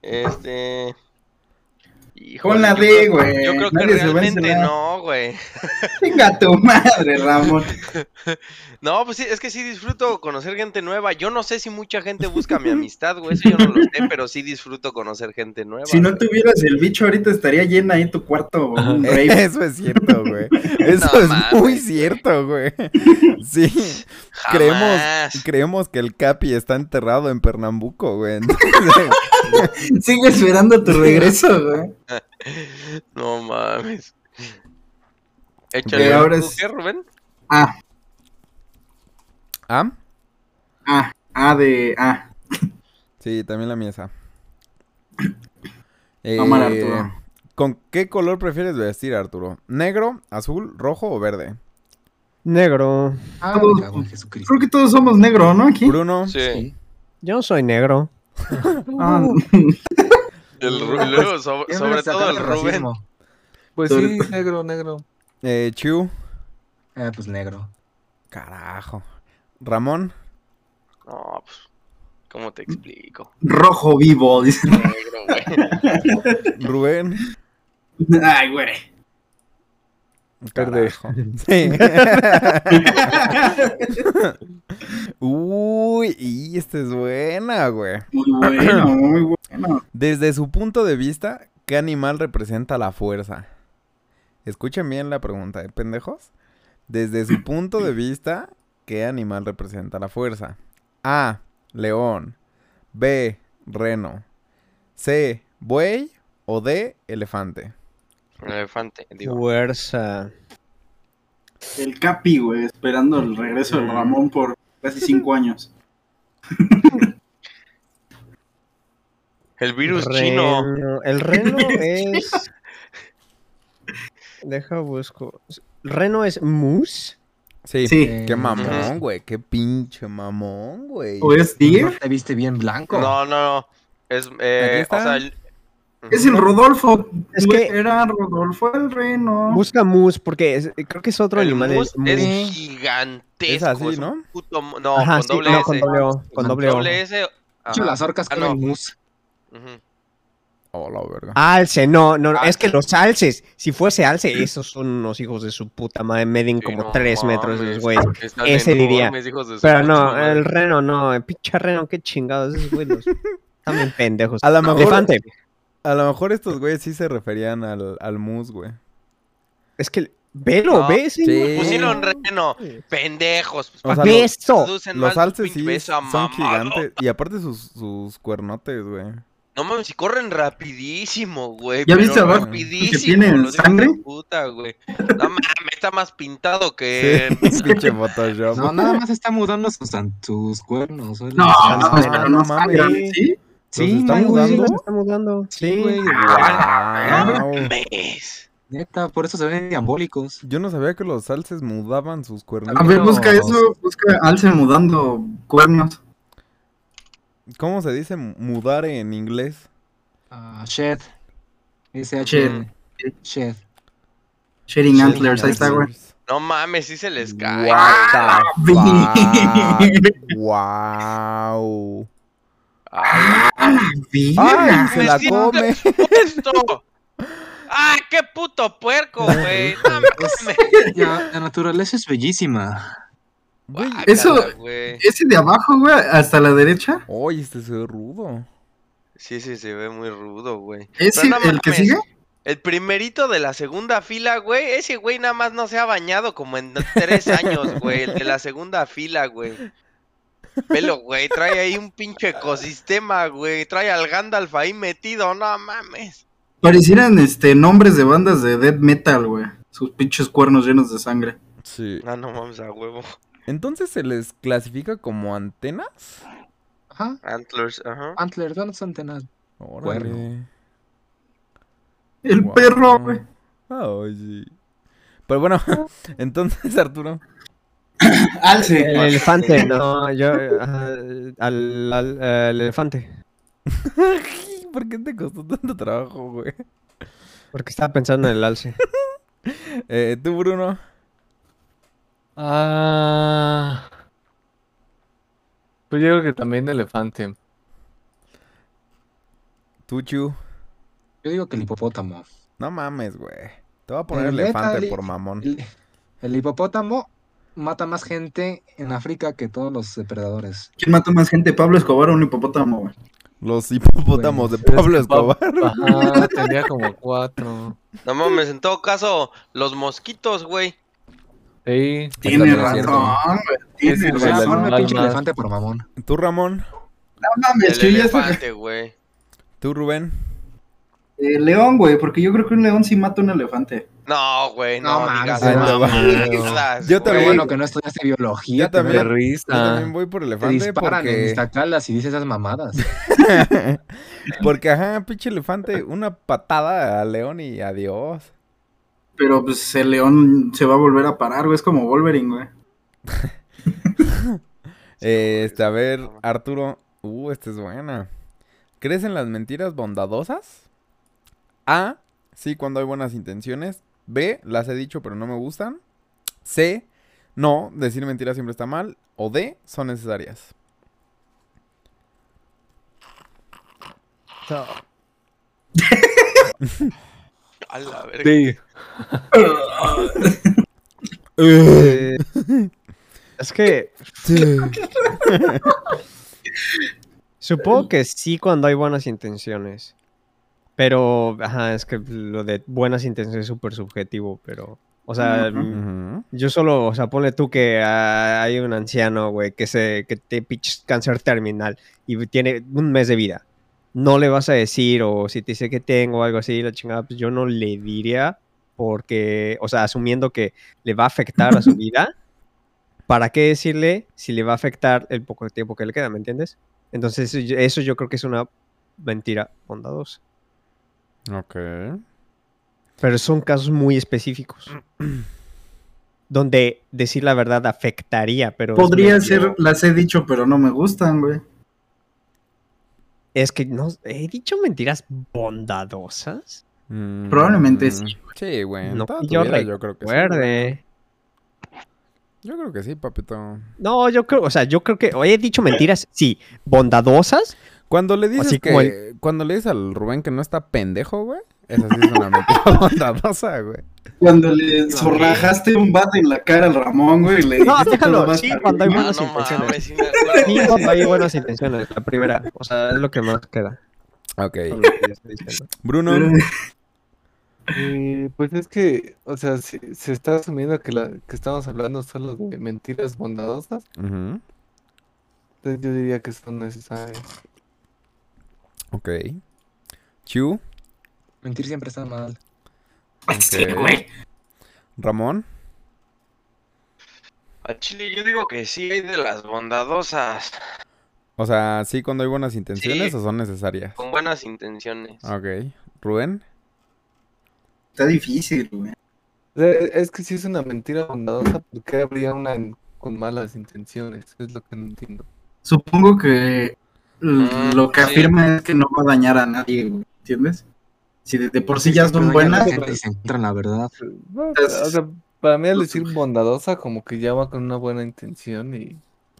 E: Este. Híjole,
B: Con la
E: yo
B: D,
E: creo-
B: güey,
E: Yo creo que
B: nadie se va a
E: realmente
B: enterar.
E: no, güey.
B: Venga tu madre, Ramón.
E: No, pues sí, es que sí disfruto conocer gente nueva. Yo no sé si mucha gente busca mi amistad, güey. Eso yo no lo sé, pero sí disfruto conocer gente nueva.
B: Si no
E: güey.
B: tuvieras el bicho, ahorita estaría llena ahí tu cuarto, güey, [LAUGHS] un rave.
C: Eso es cierto,
F: [LAUGHS]
C: güey. Eso
E: No
C: es muy
E: mames.
C: cierto, güey. Sí, creemos,
E: Jamás.
C: creemos que el Capi está enterrado en Pernambuco, güey. [LAUGHS]
F: [LAUGHS]
C: Entonces,
B: Sigue esperando tu regreso, güey.
E: No mames. Échale
C: Pero
B: ahora
E: ¿tú
B: es-
E: qué, Rubén.
B: Ah,
C: ¿Ah?
B: ah, ah de ah.
C: Sí, también la mía es A.
B: [CLEARS THROAT] No, mal,
C: Eh,
B: Arturo.
C: ¿Con qué color prefieres vestir, Arturo? ¿Negro, azul, rojo o verde?
F: Negro.
D: Ah, me cago en Jesucristo.
B: Creo que todos somos negro, ¿no? Aquí.
C: Bruno.
E: Sí.
F: Yo soy negro.
B: Ah,
E: El Ru- y luego, so-
D: Ya me
E: sobre
D: sacaron
E: todo el
D: el
E: Rubén.
D: racismo.
G: Pues sí, negro, negro.
C: Eh, Chu.
D: Ah, pues negro.
C: Carajo. Ramón.
E: No, pues, ¿cómo te explico?
B: rojo vivo, [LAUGHS] dicen.
E: Negro,
B: [LAUGHS]
E: güey.
C: Rubén.
B: Ay, güey.
C: Verde.
B: [LAUGHS]
C: Sí. [LAUGHS] Uy, y esta es buena, güey.
B: Muy [CLEARS THROAT] bueno, muy bueno.
C: Desde su punto de vista, ¿qué animal representa la fuerza? Escuchen bien la pregunta, ¿eh, pendejos? Desde su punto de vista, ¿qué animal representa la fuerza? A. León. B. Reno. C. Buey. O D. Elefante.
E: Un elefante, digo.
F: Fuerza.
B: El Capi, güey, esperando el regreso del Ramón por casi cinco años.
E: El virus chino.
F: Reno.
C: [LAUGHS]
F: El reno es. Deja busco. Reno es mus.
C: Sí.
B: Sí.
C: Qué mamón, güey. Qué pinche mamón, güey.
B: ¿O es
D: ¿No
B: Deer?
D: te viste bien blanco?
E: No, no, no. Es, eh,
C: Aquí
E: o
C: está.
E: sea, el-
B: Es el Rodolfo.
F: Es
B: güey,
F: que-
B: Era Rodolfo el reno.
F: Busca mus porque es- eh, creo que es otro
E: el
F: animal. el
E: mus es
F: mus.
E: gigantesco.
C: Es así,
E: es un
C: ¿no?
E: puto mo- no,
F: Ajá,
E: con
F: sí,
E: doble
F: no,
E: S.
F: con doble O. Con doble O.
E: Doble S. ajá.
D: Chu, Las orcas
E: Ah,
D: comen
E: no.
D: mus.
E: Ujú.
C: Oh, la verga.
F: Alce, no, no, no, es que
E: Alce.
F: los alces, si fuese alce, esos son unos hijos de su puta madre, meden
E: Sí,
F: como
E: no
F: tres metros
E: mames,
F: esos güeyes.
E: están
F: Ese diría.
E: enormes, hijos de su
F: Pero
E: puta
F: no,
E: madre.
F: el reno no, el pinche reno, qué chingados
E: [LAUGHS]
F: esos güeyes. También pendejos.
C: A lo mejor-
F: Elefante.
C: A lo mejor estos güeyes sí se referían al, al mus, güey.
F: Es que, velo,
E: No, Pues
F: ves.
C: sí.
E: Pusieron reno. Pendejos. pues,
C: O sea,
E: ¿para qué
F: Beso.
E: traducen mal
C: Los
E: su
C: alces
E: pinche
C: sí
E: beso a
C: son
E: mamado?
C: gigantes. Y aparte sus, sus cuernotes, güey.
B: [LAUGHS]
E: No mames, si corren rapidísimo, güey.
B: ¿Ya
E: pero
B: viste abajo
E: Rapidísimo.
B: que tienen
E: los hijos de
B: sangre?
E: Puta, güey. No mames, está más pintado que.
C: Es pinche Photoshop.
D: No, nada más está mudando sus, an- sus cuernos. oye.
B: No,
F: Ah,
B: pero no
C: no
B: sangran,
F: mames.
B: ¿sí?
D: Sí,
C: ¿Los está
D: güey,
C: mudando?
D: los-
F: está mudando.
D: Sí, güey.
C: Guau.
E: Mames.
D: Neta, por eso se ven diabólicos.
C: Yo no sabía que los alces mudaban sus
B: Ah, A
C: cuernos.
B: ver,
D: No.
B: busca eso. Busca alce mudando cuernos.
C: ¿Cómo se dice mudar en inglés?
D: Ah, shed. Ese
B: Shed.
D: H. E Shed.
B: Shedding
D: Sí,
B: antlers, ahí
D: sí,
B: está, güey. Ah,
E: No mames, sí se les cae.
C: What the
B: Guau.
C: fuck? Wow.
E: Ay,
B: Ah,
C: ¡Ay! Se la
E: Sí,
C: come.
E: ¡Esto! ¡Ah, qué puto puerco, güey! ¡No mames!
D: Ya, la naturaleza es bellísima.
C: Güey,
B: Eso-
E: Guácala, güey.
B: Ese de abajo, güey, hasta la derecha.
C: Oye, este se ve rudo.
E: Sí, sí, se ve muy rudo, güey.
B: ¿Ese
E: Pero no
B: el que
E: mames,
B: sigue?
E: El primerito de la segunda fila, güey. Ese güey nada más no se ha bañado como en tres años, güey. El de la segunda fila, güey. Velo, güey. Trae ahí un pinche ecosistema, güey. Trae al Gandalf ahí metido. No mames.
B: Parecieran este, nombres de bandas de death metal, güey. Sus pinches cuernos llenos de sangre.
C: Sí.
E: Ah, No, no mames a huevo.
C: Entonces se les clasifica como antenas.
D: Ajá.
E: Antlers, ajá.
D: Antlers, ¿dónde son antenas?
C: Órale.
D: Cuerno.
B: El
C: Guau.
B: perro, güey.
C: Ay, sí. Pero bueno, [LAUGHS] entonces, Arturo.
B: Alce.
F: El elefante, no, yo, ajá, al, al- al elefante.
C: ¿Por qué te costó tanto trabajo, güey?
F: Porque estaba pensando en el alce.
C: Eh, Tú, Bruno.
G: Ah. Pues yo creo que
D: [LAUGHS]
G: también elefante.
C: Tú, Chu.
D: Yo digo que el hipopótamo.
C: No mames, güey. Te voy a poner
D: El
C: elefante
D: neta,
C: por
D: li-
C: mamón.
D: El, el hipopótamo mata más gente en África que todos los depredadores.
B: ¿Quién mató más gente? ¿Pablo Escobar o un hipopótamo, güey?
C: Los hipopótamos de
G: Pero es
C: Pablo
G: que Pab-
C: Escobar. [LAUGHS]
G: Ajá, tenía como cuatro.
E: No mames, en todo caso, los mosquitos, güey.
G: Sí.
B: Tiene
D: también es
B: razón,
D: cierto.
B: güey.
G: Es
B: Tiene
G: el
D: O
G: del
D: sea,
B: razón.
G: animal.
D: ponme
G: animal
D: pinche
G: más-
D: elefante por mamón.
C: Tú, Ramón.
B: No mames,
E: El
B: yo ya sé.
E: elefante, güey.
C: Tú, Rubén.
B: Eh, león, güey, porque yo creo que un león sí mata a un elefante.
E: No, güey,
D: No
E: no,
D: mames,
E: digas
C: ahí te va.
E: mamadas,
C: Yo te
D: Pero
E: güey.
C: voy-
D: bueno que no estudiaste biología.
C: Yo también-
D: te-
C: Yo también
G: Risa.
C: voy por
D: Te
C: elefante
D: disparan en
C: porque...
D: Iztacala si dices esas mamadas.
C: [LAUGHS] porque, ajá, pinche elefante, una patada a león y adiós.
B: Pero pues el león se va a volver a parar, güey. Es como Wolverine, güey.
C: Eh, este, a ver,
E: Ajá.
C: Arturo. Uh, esta es buena. ¿Crees en las mentiras bondadosas? A. Sí, cuando hay buenas intenciones. B. Las he dicho pero no me gustan. C. No, decir mentiras siempre está mal. O D. Son necesarias.
E: A la verga.
G: Sí.
F: Eh, [LAUGHS] es que [LAUGHS] supongo que sí cuando hay buenas intenciones. Pero, ajá, es que lo de buenas intenciones es súper subjetivo, pero... O sea,
B: Ujú.
F: mm,
C: Ujú.
F: yo solo, o sea, ponle tú que ah, hay un anciano, güey, que se, que te pitch cáncer terminal y tiene un mes de vida. No le vas a decir, o si te dice que tengo o algo así, la chingada, pues yo no le diría, porque, o sea, asumiendo que le va a afectar a su vida, ¿para qué decirle si le va a afectar el poco tiempo que le queda, ¿me entiendes? Entonces, eso yo- eso yo creo que es una mentira bondadosa.
C: Ok.
F: Pero son casos muy específicos. donde decir la verdad afectaría, pero... es
B: Podría
F: medio-
B: ser, las he dicho, pero no me gustan, güey.
F: Es que no... He dicho mentiras bondadosas.
B: Probablemente
C: Mm,
B: sí,
C: Sí, güey.
F: No,
C: toda
F: que
C: tu
F: yo
C: vida yo creo que sí.
F: Recuerde.
C: Yo creo que sí, papito.
F: No, yo creo, o sea, yo creo que... He dicho mentiras, sí,
B: [LAUGHS]
F: bondadosas.
C: Cuando le dices
F: Así
C: que...
F: como
C: Cuando le dices al Rubén que no está pendejo, güey. Esa sí es una mentira [LAUGHS] bondadosa, güey.
B: Cuando le zorrajaste un bat en la cara al Ramón, güey, y [LAUGHS] le
F: No,
B: dijiste,
F: déjalo,
B: "Todo va a
F: sí,
B: estar
F: cuando hay
B: bien".
E: Ah,
F: buenas
E: no
F: intenciones.
E: mames, sí me acuerdo.
F: Sí, cuando hay buenas intenciones, la primera. O sea, es lo que más queda.
C: Ok.
F: con lo que yo estoy diciendo.
C: Bruno.
B: Pero-
G: Eh, pues es que, o sea, se, se está asumiendo que, la, que estamos hablando solo de mentiras bondadosas,
C: Ujú.
G: entonces yo diría que son necesarias.
C: Ok. Chu.
D: Mentir siempre está mal.
B: Sí,
C: Ok.
B: güey.
C: Ramón.
E: A Chile yo digo que sí hay de las bondadosas,
C: O sea, sí cuando hay buenas intenciones o son necesarias.
E: con buenas intenciones.
C: Ok. Rubén.
B: Está difícil, güey.
G: O sea, e- es que si es una mentira bondadosa, ¿por qué habría una en- con malas intenciones? Es lo que no entiendo.
B: Supongo que l-
E: Mm,
B: lo que
E: sí.
B: afirma es que no va a dañar a nadie, güey, ¿entiendes? Si de, de por sí ya son buenas,
D: Y se encuentran la verdad.
G: Pero, bueno,
B: Es-
G: o sea, para mí al decir bondadosa, como que ya va con una buena intención y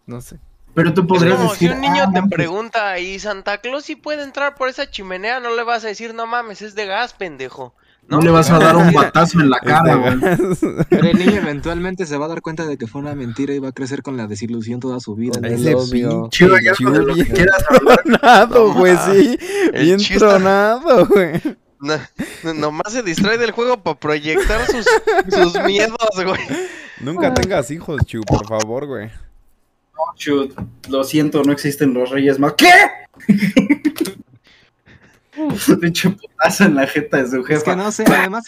G: no sé.
B: pero tú
E: Es
B: podrías
E: como
B: decir...
E: si un niño
B: "Ah,
E: te
B: no,
E: pregunta y Santa Claus si puede entrar por esa chimenea, no le vas a decir, no mames, es de gas, pendejo.
B: no le vas a dar [LAUGHS] un batazo en la cara,
C: Este,
B: güey.
D: [LAUGHS] Pero el niño eventualmente se va a dar cuenta de que fue una mentira y va a crecer con la desilusión toda su vida.
C: Ahí se
G: obvio.
C: pinche
B: Chido, ya
C: Chu
B: de lo que
C: bien
B: quieras.
C: tronado, güey,
E: Ajá.
C: sí.
E: El
C: Bien
E: Chu está-
C: tronado, güey.
E: No, no- nomás se distrae del juego para proyectar sus, sus miedos, güey.
C: Nunca tengas hijos, Chu, por
B: [LAUGHS]
C: favor, güey.
B: Chu, lo siento, no existen los reyes más.
E: [LAUGHS]
B: ¿Qué? De hecho, putazo en la jeta de su jefa.
D: Es que no sé, además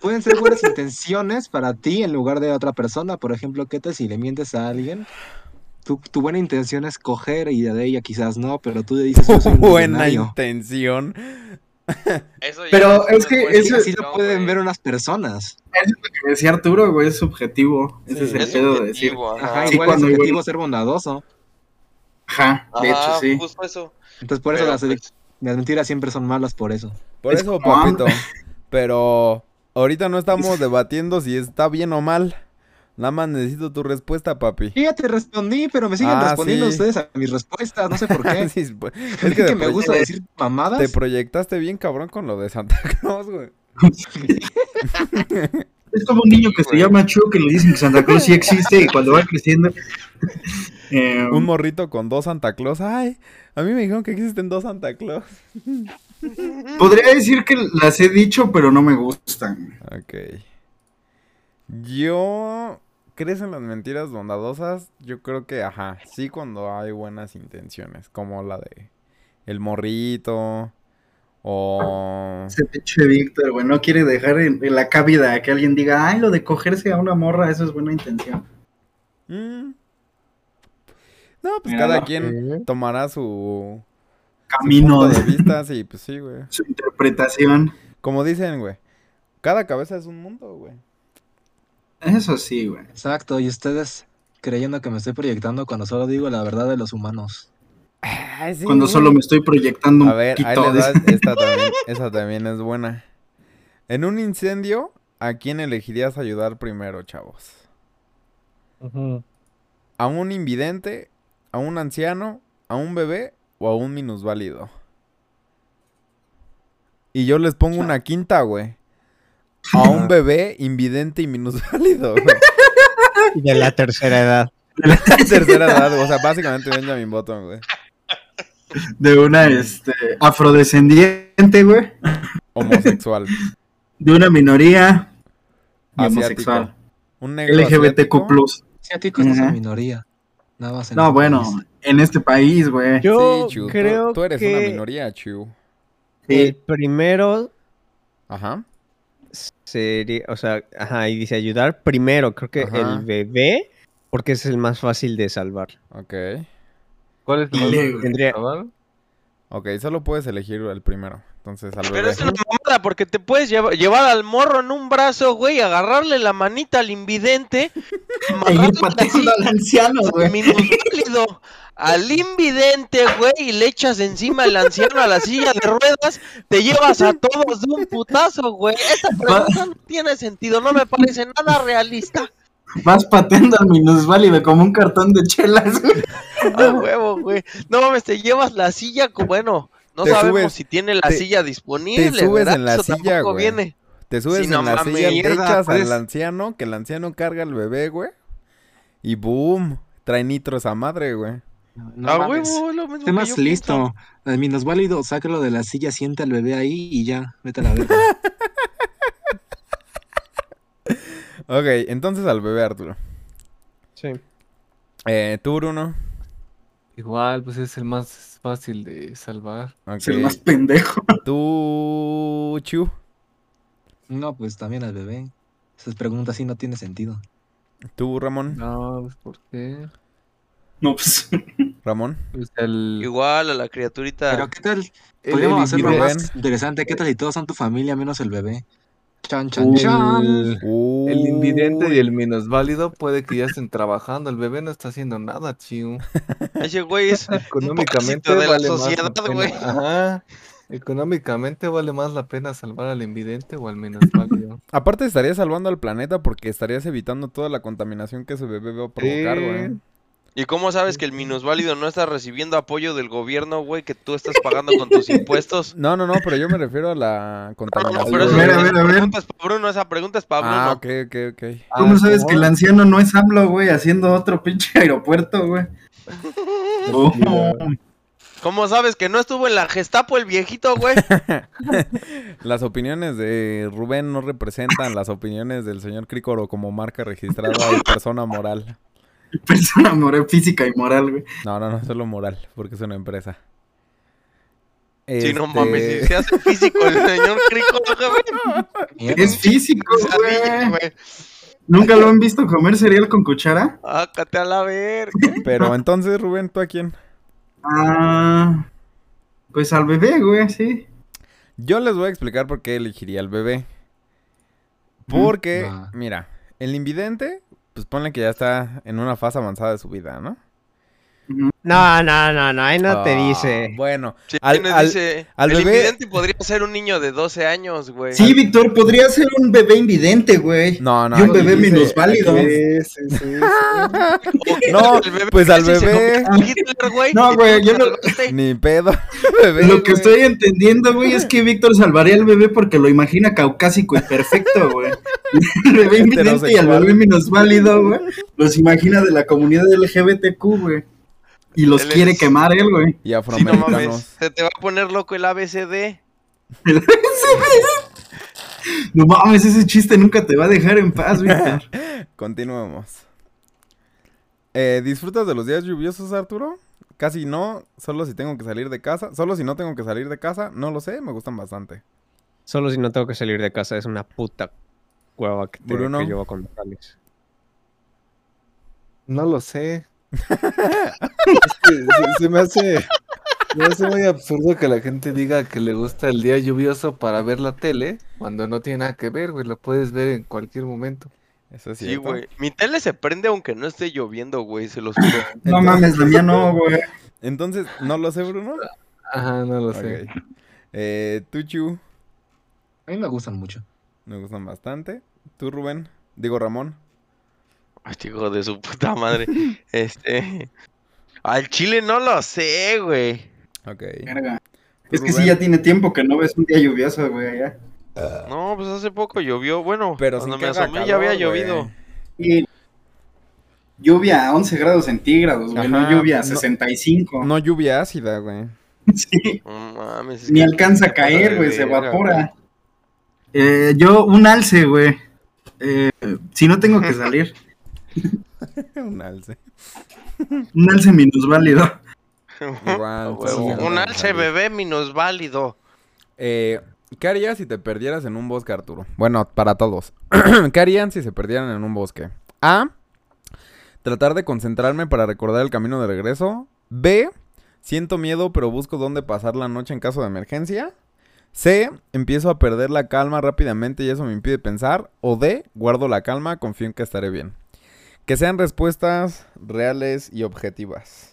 D: pueden ser buenas intenciones para ti en lugar de otra persona. Por ejemplo, ¿qué tal si le mientes a alguien? Tu, tu buena intención es coger y de ella quizás no, pero tú le dices yo soy
C: [LAUGHS] Buena
D: millonario.
C: intención.
E: Eso ya
B: Pero es que
E: buena
B: eso-
D: Sí, así
E: intención,
D: lo pueden
E: güey.
D: ver unas personas.
B: que decía Arturo, güey, es subjetivo. Ese es el
E: Es
B: pedo de decir.
E: subjetivo,
D: Ajá,
B: Sí,
D: igual es
B: cuando-
D: objetivo ser bondadoso.
B: Ajá, de
E: Ajá,
B: hecho, sí.
E: justo eso.
D: Entonces por eso
E: Pero,
D: las,
E: pues,
D: las mentiras siempre son malas por eso.
C: Por
B: Es
C: eso,
B: como hambre.
C: papito. Pero
B: [LAUGHS]
C: ahorita no estamos debatiendo si está bien o mal. Nada más necesito tu respuesta, papi.
D: Yo ya te respondí, pero me siguen
C: Ah,
D: respondiendo
C: sí.
D: ustedes a mis respuestas, no sé por qué.
C: [LAUGHS] Sí, es bu- es
D: Es
C: que
D: que,
C: te
D: me
C: proye-
D: gusta decir mamadas.
C: Te proyectaste bien cabrón con lo de Santa [LAUGHS] Claus, güey.
B: Es como un niño que se llama Chu que le dicen que Santa Cruz sí existe y cuando va creciendo. eh,
C: Un morrito con dos Santa Claus. Ay, a mí me dijeron que existen dos Santa Claus.
B: podría decir que las he dicho, pero no me gustan.
C: Ok. Yo... ¿Crees en las mentiras bondadosas? Yo creo que, ajá, sí cuando hay buenas intenciones, como la de el morrito o...
B: Ese pinche Víctor, güey, no quiere dejar en, en la cabida que alguien diga, ay, lo de cogerse a una morra, eso es buena intención.
C: Mm. No, pues
B: Mira,
C: cada
B: no.
C: quien
G: ¿Eh?
C: tomará su, su
B: Camino
C: punto de
B: de [LAUGHS]
C: vista, sí, pues sí, güey.
B: su interpretación.
C: Como dicen, güey. Cada cabeza es un mundo, güey.
B: Eso sí, güey.
D: Exacto, y ustedes creyendo que me estoy proyectando cuando solo digo la verdad de los humanos.
B: Cuando solo me estoy proyectando
C: A
B: un
C: ver, ahí
B: poquito.
C: les va,
B: dice. [LAUGHS]
C: esta también, esa también es buena. En un incendio, ¿a quién elegirías ayudar primero, chavos?
G: Ujú.
C: ¿A un invidente? ¿A un anciano? ¿A un bebé? ¿O a un minusválido? Y yo les pongo una quinta, güey. A
B: [LAUGHS]
C: un bebé invidente y minusválido, güey.
F: Y de la tercera edad.
C: Tercera edad, o sea, básicamente Benjamin Button, güey.
B: De una
C: Mm.
B: este, afrodescendiente, güey.
C: Homosexual.
B: De una minoría y
C: Asiático.
B: homosexual.
C: Un negro asiático.
B: LGBTQ.
D: Asiáticos es una
B: Ujú.
D: minoría. Nada más en
B: No,
D: este
B: bueno,
C: pues,
D: país.
B: en este país, güey.
F: Yo
C: Sí, Chu, tú-
F: creo
C: tú, eres
F: que
C: una minoría, Chu.
F: el
B: Sí.
F: primero
C: Ajá.
F: sería, o sea, ajá, y dice ayudar primero, creo que
C: Ajá.
F: el bebé, porque es el más fácil de salvar.
C: Ok.
G: ¿Cuál es el
B: Dile,
G: valor
B: güey.
C: Oh.
F: Tendría,
G: chaval?
C: Ok, solo puedes elegir el primero. Entonces, al
E: Pero
C: bebé.
E: es una mamada porque te puedes llevar, llevar al morro en un brazo, güey, agarrarle la manita al
B: [LAUGHS]
E: invidente,
B: E ir
E: amarrarle así, [LAUGHS]
B: pateando al anciano, güey.
E: minusválido, al invidente, güey, y le echas encima al anciano a la silla de ruedas, te llevas a todos de un putazo, güey. Esta pregunta no tiene sentido, no me parece nada realista.
B: Vas pateando al minusválido como un cartón de chelas, güey.
E: A huevo, güey. No mames, te llevas la silla, co- bueno, no
C: Te
E: sabemos
C: subes,
E: si tiene la
C: te-
E: silla disponible.
C: subes
E: ¿verdad?
C: en la
E: Eso
C: silla,
E: tampoco
C: güey.
E: viene.
C: Te subes
E: Sí, no
C: en la
E: mames,
C: silla, te
D: mierda,
C: echas
E: pues.
D: puedes-
C: al anciano, que el anciano carga al bebé, güey. Y boom, trae nitro esa madre, güey.
D: No
E: a
D: mames.
E: huevo, es lo mismo
D: Esté
E: que
D: más
E: yo pienso.
D: listo. Al menos válido, sácalo de la silla, sienta al bebé ahí y ya, vete a la verga. [LAUGHS]
C: Ok, entonces al bebé, Arturo.
F: sí.
C: Eh, tú, Bruno.
G: Igual, pues es el más fácil de salvar.
C: Ok.
B: Es el más pendejo.
C: Tú, Chu.
D: No, pues también al bebé. Esas preguntas sí no tiene sentido.
C: Tú, Ramón.
G: No, pues ¿por qué?
B: No, pues.
C: Ramón.
G: Pues el...
E: Igual a la criaturita. [LAUGHS]
D: Pero qué tal,
G: el-
D: podríamos
G: el
D: hacerlo
C: individuo.
D: más interesante, qué tal si todos son tu familia menos el bebé. Chan, chan, chan.
G: El invidente
C: Uy.
G: y el minusválido puede que ya estén trabajando. El bebé no está haciendo nada, chiu.
E: Ese güey es un
G: Económicamente
E: parásito de la
G: vale más la
E: sociedad,
G: pena-
E: güey.
G: Ajá. Económicamente vale más la pena salvar al invidente o al minusválido.
C: Aparte estarías salvando al planeta porque estarías evitando toda la contaminación que ese bebé va a provocar, güey.
E: ¿Y cómo sabes que el minusválido no está recibiendo apoyo del gobierno, güey, que tú estás pagando con tus impuestos?
C: No, no, no, pero yo me refiero a la
E: No, no,
C: contaminación.
E: pero eso,
B: A ver, a
E: esa
B: ver, a ver.
E: pregunta es para Bruno, esa pregunta es para Bruno.
C: ah, ok, ok, ok.
B: ¿Cómo
G: Ah,
B: sabes que el
G: ¿cómo?
B: anciano no es AMLO, güey? Haciendo otro pinche aeropuerto,
C: [LAUGHS]
B: güey. Oh. [LAUGHS]
E: ¿Cómo sabes que no estuvo en la Gestapo el
C: [LAUGHS]
E: viejito, güey?
C: Las opiniones de Rubén no representan las opiniones del señor Crícoro como marca registrada y persona moral.
B: Persona moral, física y moral, güey.
C: No, no, no, solo moral, porque es una empresa.
E: Si no
C: Este,
E: mames, si se hace físico el señor Crico, [LAUGHS] güey.
C: [LAUGHS]
D: Mierda.
B: Es físico, güey.
E: pesadilla, güey.
B: ¿Nunca lo han visto comer cereal con cuchara?
E: Ácate a la verga.
C: Pero entonces, Rubén, ¿tú a quién?
B: Ah. Pues al bebé, güey, sí.
C: Yo les voy a explicar por qué elegiría al bebé. Porque,
D: Va.
C: mira, el invidente, pues ponle que ya está en una fase avanzada de su vida, ¿no?
F: No, no, no, no, ahí no te
C: Ah,
F: dice.
C: Bueno,
E: Si
C: Al-
E: tienes,
C: al-
E: dice,
C: al
E: el
C: bebé-
E: invidente podría ser un niño de 12 años, güey.
B: Sí, Víctor, podría ser un bebé invidente, güey.
C: no, no.
B: y un
C: aquí
B: bebé
C: dice-
B: minusválido.
C: aquí dice-
G: Sí, sí, sí, sí.
E: O
B: [LAUGHS]
E: que
C: No,
E: el bebé
C: pues al
E: casi se
C: bebé.
E: convirtió en Hitler, güey.
B: No, güey, yo no-
E: Salvaste.
C: Ni pedo. bebé,
B: [LAUGHS] Lo que
C: güey.
B: estoy entendiendo, güey, es que Víctor salvaría al bebé porque lo imagina caucásico y perfecto,
C: [LAUGHS]
B: güey. El bebé invidente y al bebé minusválido, güey. Los imagina de la comunidad LGBTQ, güey. Y los
E: Él es-
B: quiere quemar él, güey.
C: Y
E: Sí, no
C: afroamericanos.
E: mames. Se te va a poner loco el ABCD.
B: No mames, ese chiste nunca te va a dejar en paz,
C: [LAUGHS]
B: Víctor.
C: Continuemos. Eh, ¿Disfrutas de los días lluviosos, Arturo? Casi no, solo si tengo que salir de casa. Solo si no tengo que salir de casa, no lo sé, me gustan bastante.
F: Solo si no tengo que salir de casa, es una puta cueva que, te,
C: Bruno.
F: que llevo con tales.
G: No lo sé. Es que se, se me hace. Me hace muy absurdo que la gente diga que le gusta el día lluvioso para ver la tele cuando no tiene nada que ver, güey. Lo puedes ver en cualquier momento.
C: Eso es
E: Sí,
C: cierto.
E: güey. Mi tele se prende aunque no esté lloviendo, güey, se los juro.
B: No
C: Entonces-
B: mames, la mía no, güey.
C: Entonces, no lo
B: [LAUGHS]
C: sé, Bruno.
G: Ajá, no lo sé.
C: Ok. Eh, tú, Chu,
D: A mí me gustan mucho.
C: me gustan bastante. Tú, Rubén. Digo, Ramón.
E: [LAUGHS] Ay, hijo de su puta madre. Este. Al chile no lo sé, güey.
C: Ok.
B: Verga.
C: Tú,
B: Es que sí,
C: Rubén.
B: ya tiene tiempo que no ves un día lluvioso, güey. Ya.
E: No, pues hace poco llovió. Bueno,
C: Pero
E: cuando
C: sin
E: me
C: que haga
E: asomé ya había
C: calor, güey.
E: llovido.
B: Y lluvia a 11 grados centígrados, güey. No
C: Ajá,
B: lluvia a
C: no-
B: 65.
C: No lluvia ácida, güey.
B: [LAUGHS]
C: [LAUGHS]
B: Sí.
E: No mames, es
B: Ni
E: que-
B: alcanza a
E: se pasa
B: caer,
E: de
B: güey, se
E: verga,
B: evapora. Eh, yo, un alce, güey. Eh, si no tengo
C: [LAUGHS]
B: que salir,
C: Un
E: [LAUGHS]
C: alce.
B: un alce minusválido. [LAUGHS]
E: A
C: Igual.
E: huevo.
C: sí,
E: Un
C: no,
E: alce
C: válido.
E: bebé minusválido.
C: Eh, ¿Qué harías si te perdieras en un bosque, Arturo? Bueno, para todos. [CLEARS THROAT] ¿Qué harían si se perdieran en un bosque? A. Tratar de concentrarme para recordar el camino de regreso. B. Siento miedo, pero busco dónde pasar la noche en caso de emergencia. C. Empiezo a perder la calma rápidamente y eso me impide pensar. O D. Guardo la calma, confío en que estaré bien. Que sean respuestas reales y objetivas.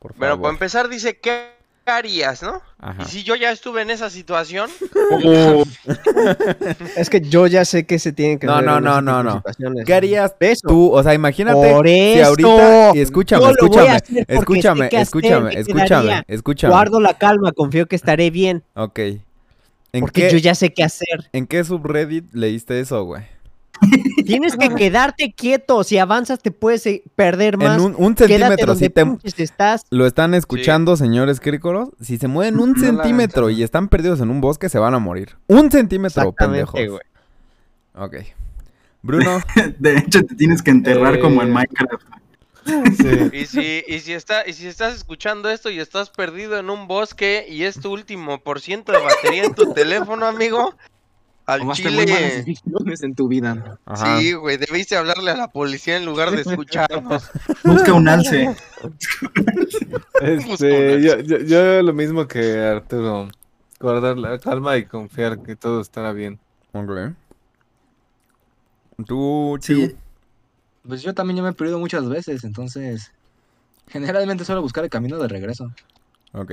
C: Por favor.
E: Bueno, para empezar dice, ¿qué harías, no?
C: Ajá.
E: Y si yo ya estuve en esa situación,
F: Es que yo ya sé que se tiene que
C: No,
F: hacer
C: no,
F: en
C: no,
F: ese
C: no,
F: tipo de
C: no.
F: situaciones.
C: ¿Qué harías
F: Eso.
C: tú? O sea, imagínate
F: Por
C: si
F: eso.
C: ahorita y escúchame,
F: Yo lo voy
C: escúchame,
F: a hacer porque
C: escúchame,
F: sé que hacer
C: escúchame,
F: me
C: escúchame,
F: quedaría.
C: escúchame.
F: Guardo la calma, confío que estaré bien.
C: Ok. ¿En
F: Porque
C: qué,
F: yo ya sé qué hacer.
C: ¿En qué subreddit leíste eso, güey?
F: Tienes que quedarte quieto. Si avanzas, te puedes eh, perder más.
C: En un, un
F: Quédate
C: centímetro,
F: donde
C: si te...
F: pinches estás.
C: Lo están escuchando, señores crícolos. Si se
F: [LAUGHS]
C: mueven un
D: No la hagan,
C: centímetro y
D: cabrón.
C: están perdidos en un bosque, se van a morir. Un centímetro,
F: Exactamente,
C: pendejos.
F: güey.
C: Ok.
F: [LAUGHS]
C: Bruno,
B: De hecho, te tienes que enterrar
G: Eh.
B: como en Minecraft.
C: [LAUGHS]
G: Sí.
E: y si, y si está, y si estás escuchando esto y estás perdido en un bosque y es tu último por ciento de batería en tu teléfono, amigo, al
D: Tomaste muy malas
E: chile.
D: decisiones en tu vida.
C: Ajá.
E: Sí, güey, debiste hablarle a la policía en lugar
C: [LAUGHS]
E: de escucharnos.
B: Busca un alce.
G: Este, yo, yo, yo lo mismo que Arturo. Guardar la calma y confiar que todo estará bien.
C: ok. Tú,
B: Sí.
C: Chu.
D: Pues yo también ya me he perdido muchas veces, entonces. Generalmente suelo buscar el camino de regreso.
C: Ok.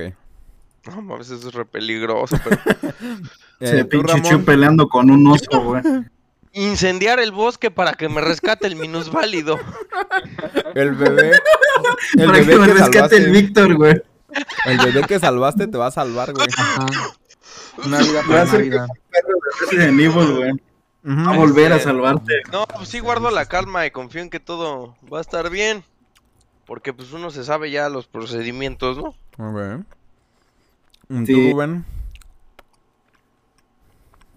E: No mames, eso es re peligroso, pero-
B: Se
C: Eh, tú,
B: pinche
C: Ramón.
B: Chu peleando con un oso, güey.
E: Incendiar el bosque para que me rescate el minusválido.
B: [LAUGHS]
C: El bebé. [LAUGHS] El
B: Para
C: bebé
B: que me
C: que
B: rescate el
C: salvaste.
B: Víctor, güey.
C: El bebé que salvaste te va a salvar, güey.
D: Ajá. Una vida
B: Va a
D: para una
B: ser-
D: vida.
B: Perro de Resident Evil, güey. Va a
C: Ujú.
B: volver a salvarte.
E: No, pues sí guardo la calma y confío en que todo va a estar bien. Porque pues uno se sabe ya los procedimientos, ¿no?
C: Ok. Mm,
B: Sí.
C: ¿Tú, Rubén?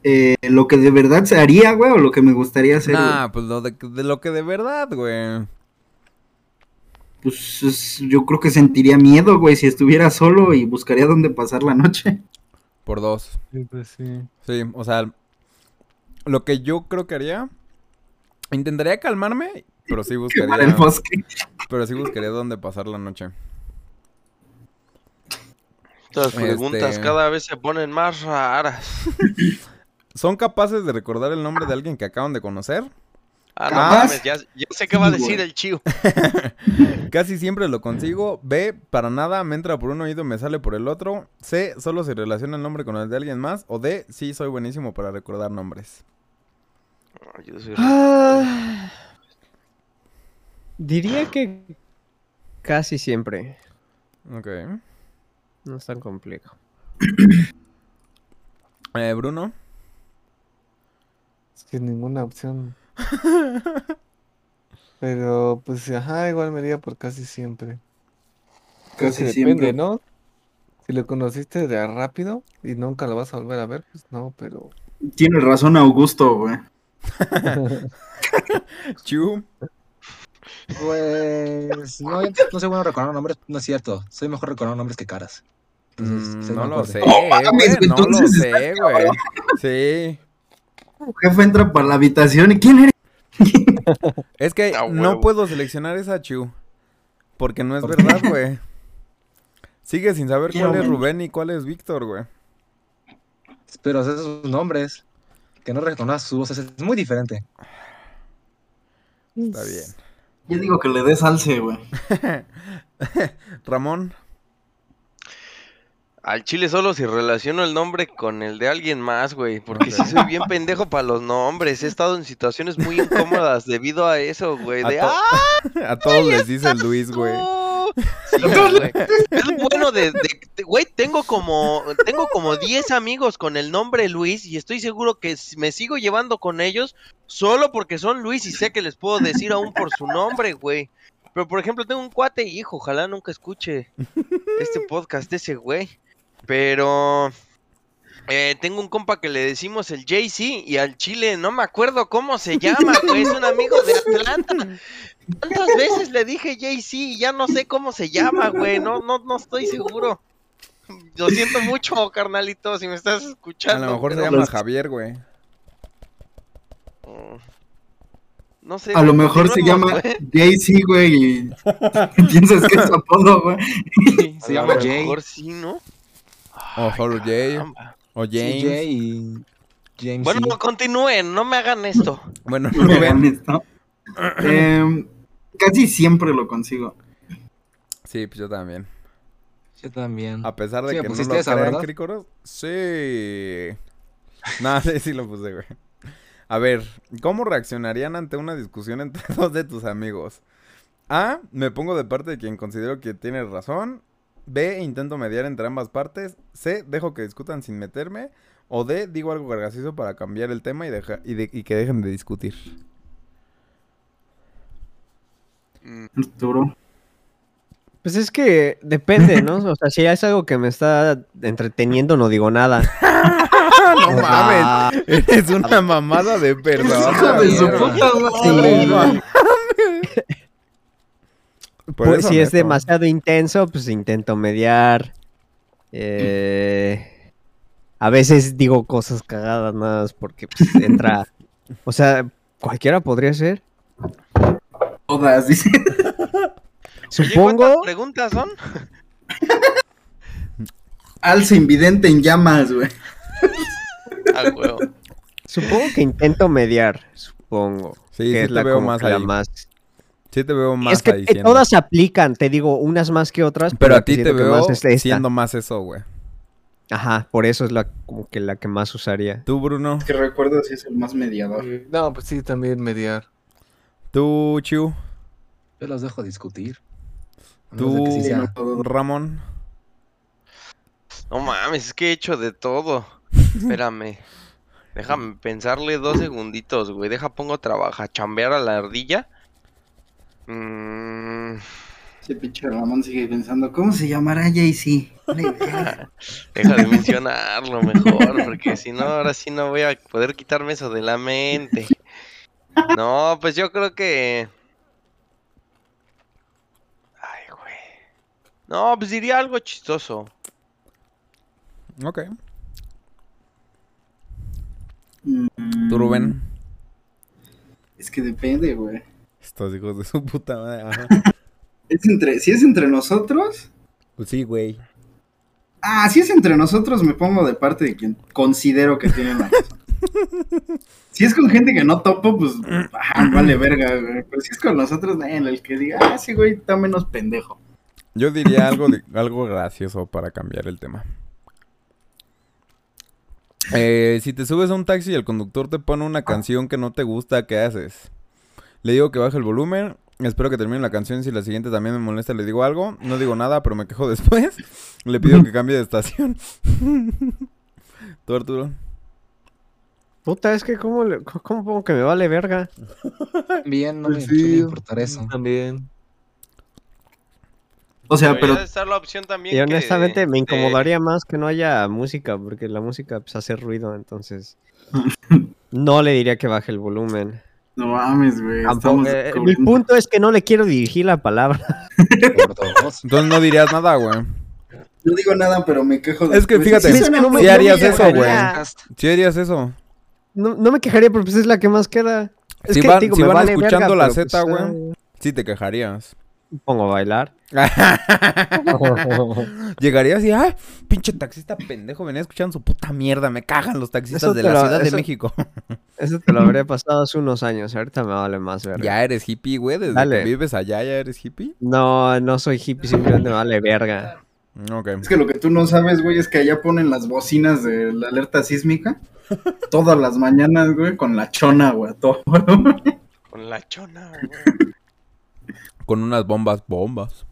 B: Eh, lo que de verdad se haría, güey, o lo que me gustaría hacer. güey.
C: Nah, pues lo de, de lo que de verdad, güey.
B: Pues es- yo creo que sentiría miedo, güey, si estuviera solo y buscaría dónde pasar la noche. [LAUGHS]
C: Por dos.
G: Sí, pues sí.
C: Sí, o sea, lo que yo creo que haría. Intentaría calmarme, pero sí
B: Quemar el
C: buscaría.
B: bosque.
C: Pero sí buscaría dónde pasar la noche.
E: Estas preguntas
C: Este-
E: cada vez se ponen más raras.
C: ¿Son capaces de recordar el nombre de alguien que acaban de conocer?
E: Ah, no
B: Capaz.
E: mames, ya, ya sé qué va a
B: Sí, güey.
E: decir
C: [LAUGHS]
E: el chivo.
C: Casi siempre lo consigo. B, para nada, me entra por un oído, me sale por el otro. C, solo se relaciona el nombre con el de alguien más. O D, sí, soy buenísimo para recordar nombres.
E: Ay, yo soy re-
F: Ah, diría que casi siempre.
C: Ok.
F: No es tan complejo.
C: Eh, Bruno.
G: Es que ninguna
C: [LAUGHS]
G: opción. Pero pues, ajá, igual me iría por casi siempre. Creo
B: Casi
G: que
B: siempre.
G: depende, ¿no? Si lo conociste de a rápido y nunca lo vas a volver a ver, pues no, pero.
B: Tiene razón Augusto, güey.
C: Chu.
D: [LAUGHS] Pues. No, no soy bueno recordando nombres, no es cierto. Soy mejor recordando nombres que caras. Entonces,
C: Mm,
D: ustedes
C: no
D: me
C: lo
D: acuerden.
C: sé,
B: No mames,
C: güey,
B: güey,
C: no lo
B: entonces
C: sé, güey. Sí.
B: Tu jefe entra para la habitación y ¿quién eres?
C: Es que
E: Ah,
C: no
E: huevo.
C: puedo seleccionar esa Chu. Porque no es verdad, güey. Sigue sin saber
B: Quiero
C: cuál es
B: mentir.
C: Rubén y cuál es Víctor, güey.
D: Pero hacer sus nombres, que no reconozcas su voz, es- es muy diferente.
C: Está bien.
B: Yo digo que le des alce, güey.
C: Ramón, [LAUGHS]
E: Al chile solo si relaciono el nombre con el de alguien más, güey. Porque sí soy bien pendejo para los nombres. He estado en situaciones muy incómodas debido a eso, güey.
C: A
E: De
C: to-
E: ¡ah,
C: a todos les dice Luis, güey.
E: Sí, güey. Es lo bueno de, de- de- güey, tengo como tengo como 10 amigos con el nombre Luis y estoy seguro que s- me sigo llevando con ellos solo porque son Luis y sé que les puedo decir aún por su nombre, güey. Pero por ejemplo, tengo un cuate, hijo, ojalá nunca escuche este podcast de ese güey. Pero eh, tengo un compa que le decimos el JC y al chile no me acuerdo cómo se llama, güey, es un amigo de Atlanta. ¿Cuántas veces le dije JC y ya no sé cómo se llama, güey? No, no, no estoy seguro. Lo siento mucho, carnalito, si me estás
C: A
E: escuchando.
C: lo mejor se
E: pero-
C: llama Javier, güey.
E: Mm. No sé.
B: A lo mejor se
E: continuemos,
B: llama
E: güey.
B: JC, güey,
E: [LAUGHS]
B: y piensas que es apodo,
G: [LAUGHS]
B: güey.
D: Se
E: A
D: llama
E: lo
D: Jay.
E: mejor sí, ¿no?
C: O Horror Jay.
E: Caramba.
C: O
D: Sí,
C: James.
D: Jay y James.
E: Bueno,
D: sí.
E: continúen, no me hagan esto.
C: Bueno, Rubén.
B: Rubén, ¿no? Em, casi siempre lo consigo.
C: Sí, pues yo también.
D: Yo también.
C: A pesar de
D: Sí, me
C: que no lo
D: pusiste esa,
C: crean
D: ¿verdad?
C: crícoros. Sí. [LAUGHS] No, sí, sí lo puse, güey. A ver, ¿cómo reaccionarían ante una discusión entre [LAUGHS] dos de tus amigos? A. Me pongo de parte de quien considero que tiene razón. B. Intento mediar entre ambas partes. C. Dejo que discutan sin meterme. O D. Digo algo gargacizo para cambiar el tema y, deja- y, de- y que dejen de discutir. [LAUGHS]
B: Arturo.
F: Pues es que depende, ¿no? O sea, si es algo que me está entreteniendo, no digo nada.
C: [LAUGHS] ¡No
F: O sea,
C: mames! Eres una mamada de perdón.
B: Hijo de su
C: Javier.
B: puta madre, güey.
C: Por
F: pues,
C: eso,
F: si es
C: neto.
F: demasiado intenso, pues intento mediar. Eh, a veces digo cosas cagadas nada más porque
C: [LAUGHS]
F: pues, entra. o sea, cualquiera podría ser.
B: Todas, dice.
E: Oye, ¿cuántas
F: Supongo.
E: preguntas son?
B: Alce invidente en llamas, güey.
E: Ah, huevo.
F: Supongo que intento mediar, supongo.
C: Sí,
F: que
C: sí
F: es
C: te
F: la
C: veo
F: como
C: más
F: que la
C: ahí.
F: más.
C: Sí te veo más
F: es que
C: ahí
F: eh,
C: siendo-
F: todas aplican, te digo, unas más que otras.
C: Pero a
F: que
C: ti te
F: siento que
C: veo
F: más es esta.
C: siendo más eso, güey.
F: Ajá, por eso es la como que la que más usaría.
C: Tú, Bruno.
B: Que recuerdo si es el más mediador.
G: Eh, No, pues sí, también mediar.
C: Tú, Chu.
D: Yo los dejo discutir. A menos de que
C: Tú,
D: sí sea-
C: Ramón.
E: No mames, es que he hecho de todo. Espérame. Déjame pensarle dos segunditos, güey. Deja, pongo a trabajar, chambear a la ardilla. Mm,
B: Ese pinche Ramón sigue pensando, ¿cómo se llamará JC?
E: deja de mencionarlo mejor, porque si no, ahora sí no voy a poder quitarme eso de la mente. No, pues yo creo que... Ay, güey. No, pues diría algo chistoso.
C: Ok.
B: Mm,
C: Tú, Rubén.
B: [LAUGHS] Es que depende, güey.
C: Estos hijos de su puta madre.
F: [LAUGHS]
C: ajá.
B: Es entre, si es entre nosotros,
C: Pues sí, güey.
B: ah, si es entre nosotros me pongo de parte de quien considero que tiene la [LAUGHS] razón. Si es con gente que no topo, pues ajá, vale verga, güey. Pero si es con nosotros, eh, el que diga, ah, sí, güey está menos pendejo.
C: Yo diría algo, de- [LAUGHS] algo gracioso para cambiar el tema. Eh, si te subes a un taxi y el conductor te pone una canción que no te gusta, ¿qué haces? Le digo que baje el volumen. Espero que termine la canción. Si la siguiente también me molesta, le digo algo. No digo nada, pero me quejo [LAUGHS] después. Le pido que cambie de estación. [LAUGHS] Tú, Arturo.
F: Puta, es que cómo, le- cómo- cómo pongo que me vale verga.
D: Bien, no me
G: Pues
D: suele
G: sí.
D: importar eso.
G: [LAUGHS] También.
B: O sea,
E: Debería
B: pero
E: de estar la opción también
F: Y
E: que-
F: honestamente me
E: de-
C: este,
F: incomodaría más que no haya música, porque la música pues, hace ruido, entonces no le diría que baje el volumen.
B: no mames, güey.
F: Tampoco-
B: estamos
F: eh, mi
B: cubriendo-
F: punto es que no le quiero dirigir la palabra. [LAUGHS]
D: Por dos.
C: Entonces no dirías nada, güey.
B: No digo nada, pero me quejo
C: Es que
B: después.
C: fíjate,
B: Sí suena
F: no me-
B: muy
C: sí harías
B: bien,
C: eso,
B: güey.
C: güey.
D: Podcast.
C: Si harías eso.
F: No, no me quejaría, pero pues es la que más queda. Es
C: Si
F: que,
C: van-
F: digo,
C: si
F: me
C: van
F: vale
C: escuchando
F: verga,
C: la
F: pero,
C: Zeta,
F: pues,
C: güey.
F: ah,
C: Sí te quejarías.
F: me pongo a bailar.
C: Llegaría así, ah, pinche taxista pendejo, venía escuchando su puta mierda, me cagan los taxistas
F: Eso
C: de
F: te
C: la
F: lo-
C: Ciudad de
F: eso-
C: México.
F: Eso te lo habría pasado hace unos años, ahorita me vale más [LAUGHS] verga.
C: ya eres hippie, güey, desde
F: Dale.
C: que vives allá ya eres hippie.
F: No, no soy hippie, simplemente me vale verga.
C: Ok.
B: Es que lo que tú no sabes, güey, es que allá ponen las bocinas de la alerta [LAUGHS] sísmica todas las mañanas, güey, con la chona, güey, a todo. [LAUGHS]
E: Con la chona, güey.
C: [LAUGHS] Con unas bombas, bombas.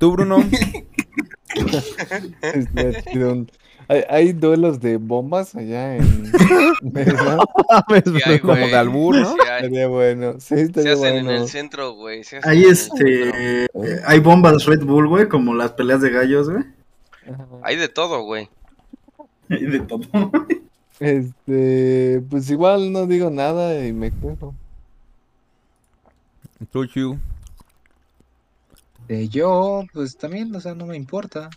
C: Tú,
F: [LAUGHS]
C: Bruno,
G: Estaría chido Este, un- Hay, hay duelos de bombas allá en.
D: [LAUGHS]
G: ¿verdad?
F: [LAUGHS]
E: Sí hay,
C: como
E: güey.
C: de albur, ¿no?
E: Sí hay.
G: Estaría bueno. Sí,
E: Se
G: estaría
E: hacen en
G: bueno.
E: el centro, güey. se hacen
B: Ahí
E: en el centro.
B: este, eh, hay bombas Red Bull, güey, como las peleas de gallos, güey.
G: Ajá.
E: Hay de todo, güey.
B: Hay de [LAUGHS] todo.
G: Este, pues igual no digo nada y me quejo.
C: tú, Chu.
D: Eh, yo, pues también, o sea, no me importa.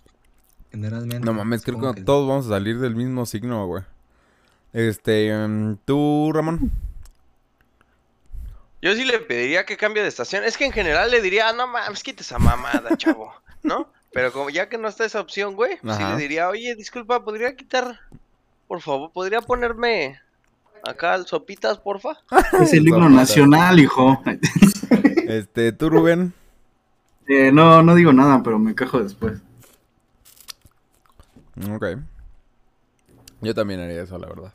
D: Generalmente.
C: No mames, creo
D: supongo
C: que todos vamos a salir del mismo signo, güey. Este, em, tú,
F: [LAUGHS]
C: Ramón.
E: Yo sí le pediría que cambie de estación. Es que en general le diría, "Ah, no mames, quita esa mamada, chavo, ¿no? Pero como ya que no está esa opción, güey, pues sí
C: Ajá.
E: le diría, oye, disculpa, ¿podría quitar, por favor, podría ponerme acá el sopitas, porfa?
B: Es el himno
C: Vamos a-
B: nacional, hijo.
C: Este, tú, Rubén.
B: Eh, no, no digo nada, pero me quejo después. [LAUGHS]
C: Ok. Yo también haría eso, la
F: [COUGHS]
C: verdad.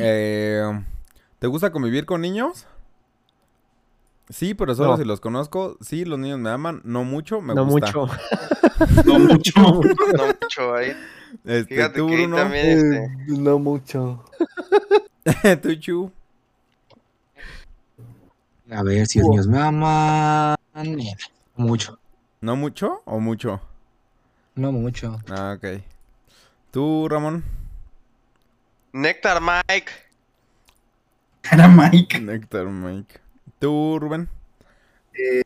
C: Eh, ¿Te gusta convivir con niños? Sí, pero solo
F: No.
C: si los conozco. Sí, los niños me aman. No mucho, me
F: no
C: gusta.
F: mucho.
B: No mucho.
E: No mucho ahí.
C: [LAUGHS] Este,
E: Fíjate
C: tú,
E: que ahí
C: Bruno,
E: también,
G: Eh,
E: este,
G: no mucho.
C: [LAUGHS] tú, Chu.
D: que- A ver si los niños me aman. Mucho.
C: ¿No mucho o mucho?
D: No mucho.
C: Ah, ok. Tú,
E: [LAUGHS]
C: Ramón.
E: Néctar Mike.
B: Cara Mike.
C: Néctar Mike. Tú, Rubén.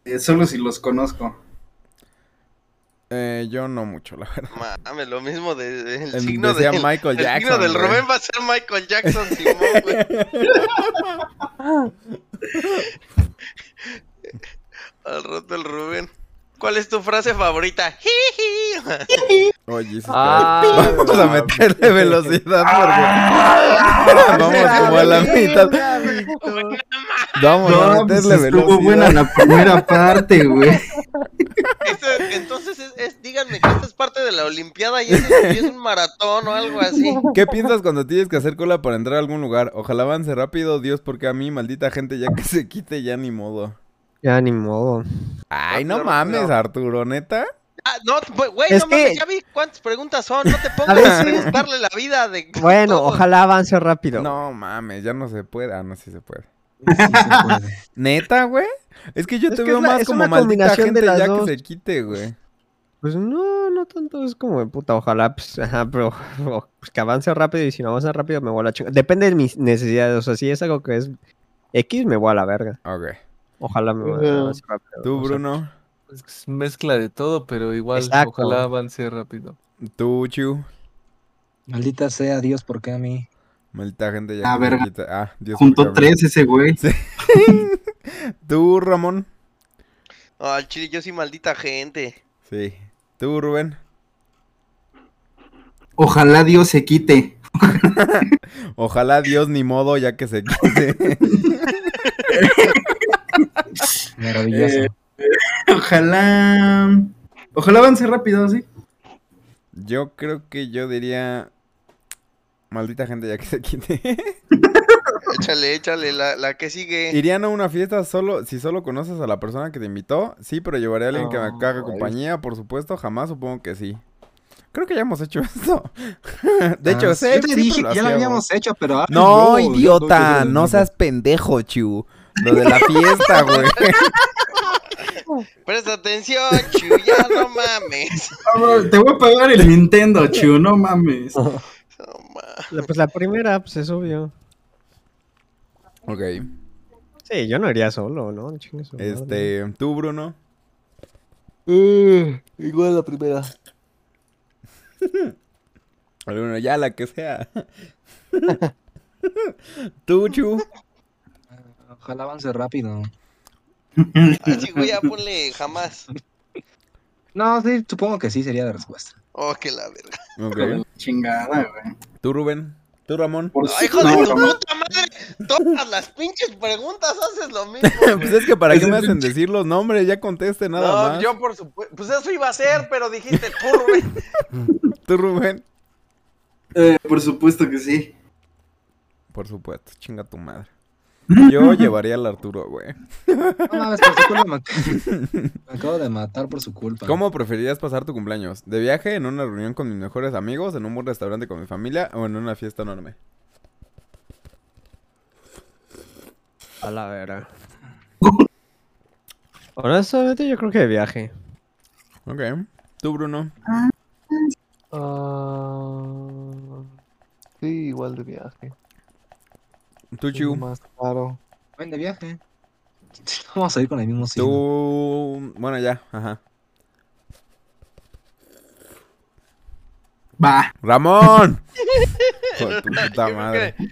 B: Eh, solo si los conozco.
C: Eh, yo no mucho, la verdad.
E: Mames, lo mismo de, de-
C: [LAUGHS]
E: el
C: Em,
E: signo
C: decía
E: del,
C: Michael
E: el signo
C: Jackson,
E: del
C: güey.
E: Rubén va a ser Michael Jackson,
C: [LAUGHS]
E: Simón, güey. Al rato el Rubén. ¿Cuál es tu frase favorita? [LAUGHS] Jiji.
C: Oye, eso está-
F: Ah,
C: Vamos a meterle velocidad porque [LAUGHS] vamos como a la mitad. Vamos a
B: No, pues,
C: meterle
B: estuvo buena
C: velocidad.
B: la [LAUGHS] primera parte, güey.
E: Esto- entonces, es, es- díganme que esta es parte de la Olimpiada y es, y es un maratón o algo así.
C: ¿Qué piensas cuando tienes que hacer cola para entrar a algún lugar? Ojalá avance rápido, Dios, porque a mí, maldita gente, ya que se quite, ya ni modo.
F: [LAUGHS] Ya ni modo.
C: Ay,
E: No,
C: no
E: no,
C: mames,
E: no.
C: Arturo, neta.
E: Ah, no, güey, güey,
F: Es
E: no mames,
F: que-
E: ya vi cuántas preguntas son. No te pongas a
F: veces-
E: preguntarle la vida de.
F: [LAUGHS] Bueno,
E: todos.
F: ojalá avance rápido.
C: No mames, ya no se puede. Ah, no, sí se puede.
D: Sí
C: [LAUGHS]
D: se puede.
C: Neta, güey. Es que yo
F: Es
C: te
F: que
C: veo
F: es la-
C: más
F: es
C: como
F: una
C: maldita
F: combinación de
C: gente
F: las
C: ya
F: dos.
C: que se quite, güey.
F: Pues no, no tanto. Es como de puta, ojalá, pues, ajá, pero [LAUGHS] o- pues, que avance rápido y si no avanza rápido me voy a la chingada. Depende de mis necesidades. O sea, si es algo que es X, me voy a la verga.
C: Ok.
F: Ojalá me
G: Ujú.
F: avance rápido.
C: Tú,
F: o sea,
C: Bruno.
G: Es que es mezcla de todo, pero igual
F: Exacto.
G: ojalá avance rápido.
C: Tú, Chu.
D: Maldita sea Dios, ¿por qué a mí?
C: Maldita gente ya
B: Ah,
C: que se
B: verga.
C: quite. Ah, Dios.
B: Junto
C: porque a mí.
B: tres ese güey.
C: Tú, Ramón.
E: Ah, al chile, yo sí, maldita gente.
C: Sí. Tú, Rubén.
B: Ojalá Dios se quite.
C: Ojalá Dios ni modo ya que se quite. [LAUGHS]
D: Maravilloso.
B: Eh, Ojalá. Ojalá avance rápido, sí.
C: yo creo que yo diría... Maldita gente ya que se
D: [LAUGHS]
C: quite.
E: Échale, échale, la, la que sigue.
C: Irían a una fiesta solo si solo conoces a la persona que te invitó. Sí, pero llevaré a alguien que me
G: No,
C: haga
G: ahí-
C: compañía, por supuesto. Jamás supongo que sí. Creo que ya hemos hecho [LAUGHS] esto. De hecho,
D: Ah,
C: sí,
D: yo te
C: siempre
D: dije que ya lo
C: hacíamos.
D: habíamos hecho, pero. ah, ahora
C: No,
D: yo- yo- yo-
C: idiota,
D: yo- yo-
C: no seas pendejo, Chu. Lo de la fiesta,
D: [LAUGHS]
C: güey.
E: Presta atención, Chu, ya no mames. [LAUGHS]
B: Te voy a pagar el Nintendo, chiu, no
C: [LAUGHS]
B: mames.
E: Ah, No mames.
F: la- Pues la primera, pues es obvio.
C: Ok,
F: Sí, yo no iría solo, ¿no? Chingue su madre.
C: este, tú, Bruno.
G: Eh, igual la primera.
C: Bruno, ya la que sea. [LAUGHS] tú, Chu.
D: Ojalá avance rápido.
E: Así,
B: [LAUGHS]
E: güey, ya ponle jamás.
D: No, sí, supongo que sí sería la respuesta.
E: Oh, que la verga.
C: Ok.
B: Chingada, güey.
C: ¿Tú, Rubén? ¿Tú,
E: [LAUGHS]
C: Ramón?
B: Por
E: Ay,
B: si-
E: hijo de
B: no,
E: tu
B: jamás.
E: puta madre. Todas las pinches preguntas haces lo mismo. güey.
C: Pues es que para
B: Es
C: qué
B: el
C: me hacen decir los nombres, ya conteste nada
E: no,
C: más.
E: yo por supuesto. Pues eso iba a ser, pero dijiste tú, Rubén.
C: ¿Tú, Rubén?
B: Eh, por supuesto que sí.
C: Por supuesto, chinga tu
E: [LAUGHS]
C: madre. Yo llevaría al Arturo, güey. [LAUGHS]
D: No mames, por su culpa me, ac- me acabo de matar por su culpa.
C: ¿Cómo preferirías pasar tu cumpleaños? ¿De viaje, en una reunión con mis mejores amigos, en un buen restaurante con mi familia o en una fiesta enorme?
F: A la verga. Honestamente, yo creo que de viaje.
C: Ok. ¿Tú, Bruno?
G: Ah, sí, igual de viaje.
C: ¿Tú,
G: es
C: Chu?
G: más caro.
D: Ven de viaje. [LAUGHS] Vamos a ir con el mismo signo.
C: Tú... Bueno, ya. Ajá.
B: Va.
C: ¡Ramón!
E: [LAUGHS]
C: Con tu puta
E: [LAUGHS] Yo creo
C: madre.
E: que-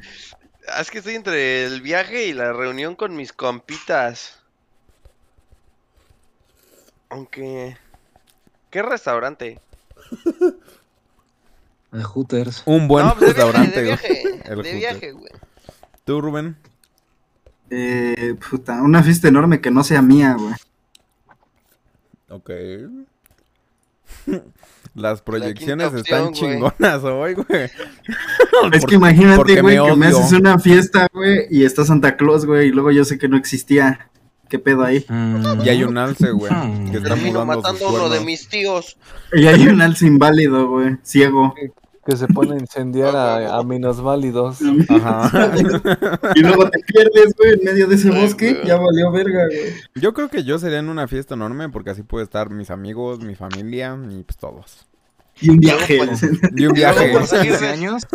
E: Ah, Es que estoy entre el viaje y la reunión con mis compitas. Aunque. ¿Qué restaurante?
D: El Ah, Hooters.
C: Un buen
E: no, pues de viaje,
C: restaurante,
E: de
C: güey.
E: viaje.
C: El
E: de
C: Hooters.
E: viaje, güey.
C: ¿Tú, Rubén?
B: Eh, puta, una fiesta enorme que no sea mía, güey.
C: Ok. [LAUGHS] Las proyecciones
E: quinta
C: están
E: opción, güey.
C: chingonas hoy, güey.
B: Es
C: Por-
B: que imagínate,
C: porque
B: güey,
C: me
B: que me
C: odio.
B: haces una fiesta, güey, y está Santa Claus, güey, y luego yo sé que no existía. ¿Qué pedo ahí?
D: Mm.
C: Y hay un alce, güey, que está
E: Termino
C: mudando sus
E: matando a uno de
C: cuernos.
E: mis tíos.
B: Y hay un alce inválido, güey, ciego.
G: Que se pone a incendiar a, a menos válidos.
C: Ajá.
B: Y luego te pierdes, güey, en medio de ese
E: Ay,
B: bosque.
E: güey.
B: Ya valió verga, güey.
C: Yo creo que yo sería en una fiesta enorme porque así puede estar mis amigos, mi familia y pues
E: [LAUGHS]
C: todos.
B: Y un viaje.
E: Luego, pues,
C: Y un viaje.
E: Luego,
D: ¿Por
E: pues, aquí-
D: 15 años?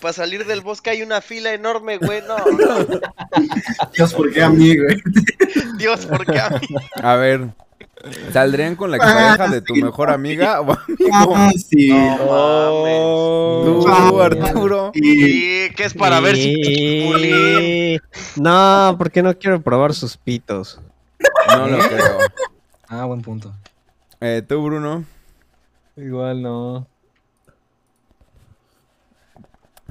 E: Para salir del bosque hay una fila enorme, güey.
C: [LAUGHS]
E: No, no.
B: [LAUGHS] Dios, ¿por qué a mí, güey?
E: Dios, ¿por qué a mí?
C: A ver, ¿saldrían con la
B: Ah,
C: expareja de tu
B: sí,
C: mejor [LAUGHS] amiga o
B: Ah,
C: amigo?
B: sí.
E: No mames.
C: Tú, Arturo.
B: Y
E: Y que es [LAUGHS] para ver si. Culín.
F: Eh, No, porque no quiero probar sus pitos.
C: No lo creo.
D: Ah, buen punto.
C: Eh, tú, Bruno.
G: Igual no.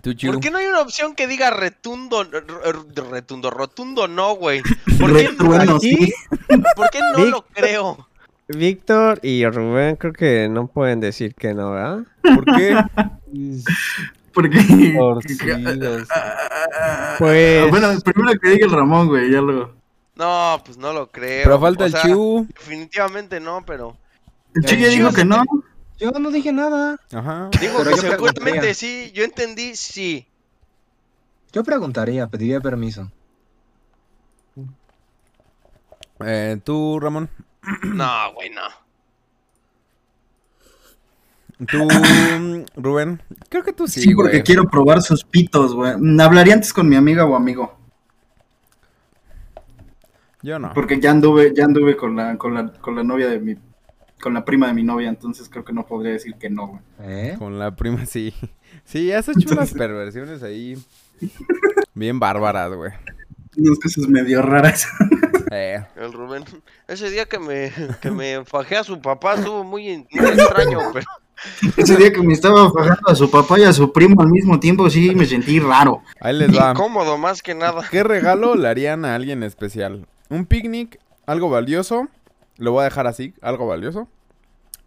C: Tú, Chu.
E: ¿Por qué no hay una opción que diga retundo, r- r- retundo, rotundo no, güey? ¿Por qué,
B: Retrueno, sí.
E: por qué no
F: Vic.
E: lo creo?
F: Víctor y Rubén creo que no pueden decir que no, ¿verdad?
C: ¿Por qué?
G: Y
B: Porque. [LAUGHS]
G: Torcidos.
B: Ah,
F: Pues-
B: Bueno, primero que diga el Ramón, güey, ya luego.
E: No, pues no lo creo.
C: Pero falta
E: O
C: el
E: sea,
C: Chu.
E: Definitivamente no, pero.
C: Eh,
B: El Chuy ya
E: Chuy,
B: dijo que no.
D: Yo no dije nada.
C: Ajá.
E: Digo
D: Pero
E: que
D: yo
E: seguramente
D: preguntaría.
E: sí, yo entendí sí.
D: Yo preguntaría, pediría permiso.
C: Eh, tú, Ramón.
E: No, güey, no.
C: Tú, mm, Rubén. Creo que tú sí,
B: Sí, porque
C: güey.
B: quiero probar sus pitos, güey. Mm, Hablaría antes con mi amiga o amigo.
C: Yo no.
B: Porque ya anduve, ya anduve con la, con la, con la novia de mi, con la prima de mi novia, entonces creo que no podría decir que no, güey.
D: ¿Eh?
C: Con la prima, sí. [LAUGHS] Sí, has hecho unas perversiones ahí. Bien bárbaras, güey.
B: Unas cosas medio raras. [LAUGHS]
C: Eh,
E: El Rubén. Ese día que me, que me fajé a su papá estuvo muy, muy
C: [LAUGHS]
E: extraño, pero.
B: Ese día que me estaba fajando a su papá y a su primo al mismo tiempo, sí me sentí raro.
C: ahí les va.
E: Incómodo más que nada.
C: ¿Qué regalo le harían a alguien especial? ¿Un picnic? ¿Algo valioso? Lo voy a dejar así, algo valioso.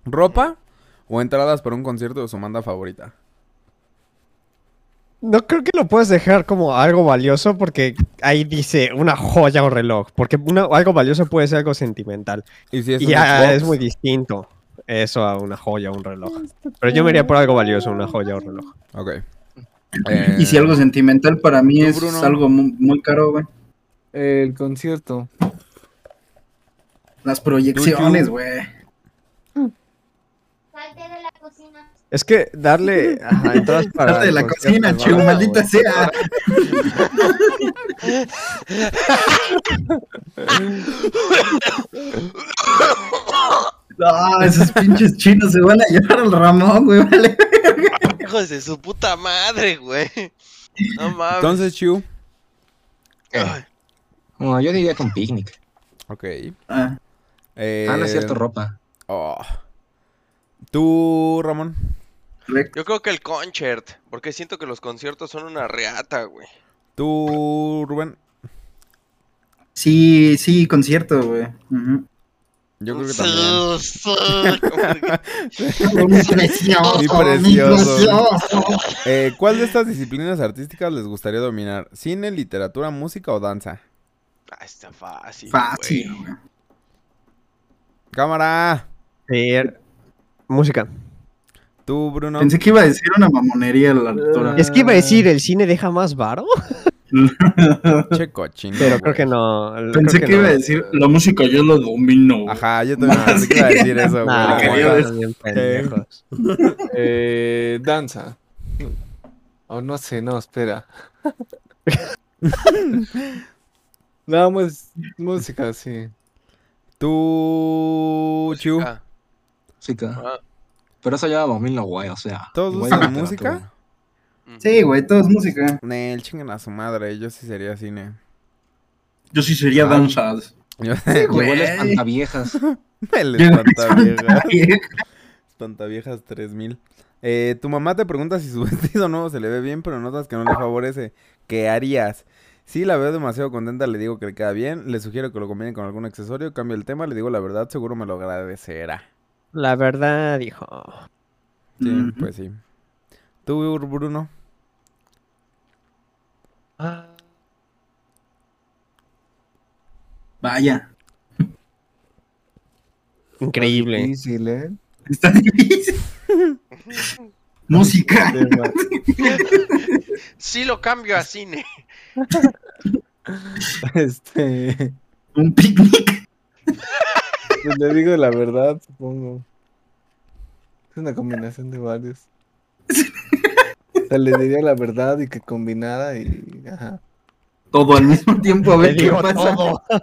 C: ¿Ropa? ¿O entradas para un concierto de su banda favorita?
F: No creo que lo puedes dejar como algo valioso porque ahí dice una joya o reloj, porque una- algo valioso puede ser algo sentimental.
C: Y si es
F: y
C: un
F: ah,
C: Xbox?
F: es muy distinto eso a una joya o un reloj. Pero yo me iría por algo valioso, una joya o reloj.
C: Ok. Eh,
B: Y si algo sentimental para mí
C: ¿tú,
B: es
C: Bruno?
B: algo mu- muy caro, güey.
G: El concierto.
B: Las proyecciones, güey.
H: Salte de la cocina.
F: Es que darle ajá, entradas para
B: Parte de
F: el
B: la
F: concierto
B: cocina,
F: es
B: chido,
F: barato,
B: maldita [LAUGHS] sea. No, Ah, esos pinches chinos se van a llevar al Ramón, güey, vale.
E: Hijos de su puta madre, güey.
B: [LAUGHS]
E: No mames.
C: Entonces, Chu.
E: Ay,
D: No, yo diría con picnic.
C: Ok.
B: Ah,
C: Eh,
D: Ah, no es cierto, ropa.
C: oh. Tú, Ramón.
B: correcto.
E: Yo creo que el concert, porque siento que los conciertos son una reata, güey.
C: Tú, Rubén.
B: Sí, sí, concierto, güey. Ujú.
C: Yo creo que también.
B: Mi precioso,
C: Mi precioso. Eh, ¿Cuál de estas disciplinas artísticas les gustaría dominar? ¿Cine, literatura, música o danza?
E: Ah, está fácil.
B: Fácil,
E: güey.
B: güey.
C: ¡Cámara!
F: Eh, música.
C: Tú, Bruno.
B: Pensé que iba a decir una mamonería la lectura.
F: Es que iba a decir, ¿el cine deja más varo?
B: Ah.
C: Che cochino,
F: Pero
C: güey.
F: creo que no. creo
B: Pensé que, iba
F: no.
B: a decir, la música yo la domino. güey.
C: Ajá, yo también pensé que iba a decir eso, güey.
F: Nah,
B: que
F: güey,
B: digo es-
F: están bien pendejos.
G: Eh, danza. O no sé, no, espera. [LAUGHS] no, pues música, sí.
C: Tú, Chu.
E: Ah,
D: Sí, claro.
E: ah,
D: Pero eso ya domino, güey, o sea.
C: ¿Todos
D: igual
C: usan
D: literatura.
C: música?
E: mm.
B: Sí, güey, todo es música.
C: Nel, chingan a su madre. Yo sí sería cine.
B: Yo sí sería
D: Ah.
B: danza. [LAUGHS]
C: Yo [LAUGHS]
D: Llegó el
B: Güey.
D: espantaviejas.
C: el
B: Yo-
C: espantaviejas. Espantaviejas 3000. Eh, tu mamá te pregunta si su [LAUGHS] vestido nuevo se le ve bien, pero notas que no le favorece. ¿Qué harías? Si la veo demasiado contenta, le digo que le queda bien. Le sugiero que lo combine con algún accesorio. Cambio el tema, le digo la verdad, seguro me lo agradecerá.
F: La verdad, dijo.
C: Sí,
B: Ujú.
C: pues sí. Tú, Bruno.
G: Ah,
B: Vaya.
F: Increíble.
D: Difícil, ¿eh?
B: Está difícil. música.
E: Sí lo cambio a cine.
G: [LAUGHS]
E: [LAUGHS]
G: este.
B: Un picnic.
G: pues le digo la verdad, supongo. Es una combinación de varios. O sea, le diría la verdad y que combinara y. Ajá.
B: Todo al mismo tiempo, a
F: Le
B: ver qué
F: digo
B: pasa.
F: todo.
E: Ah,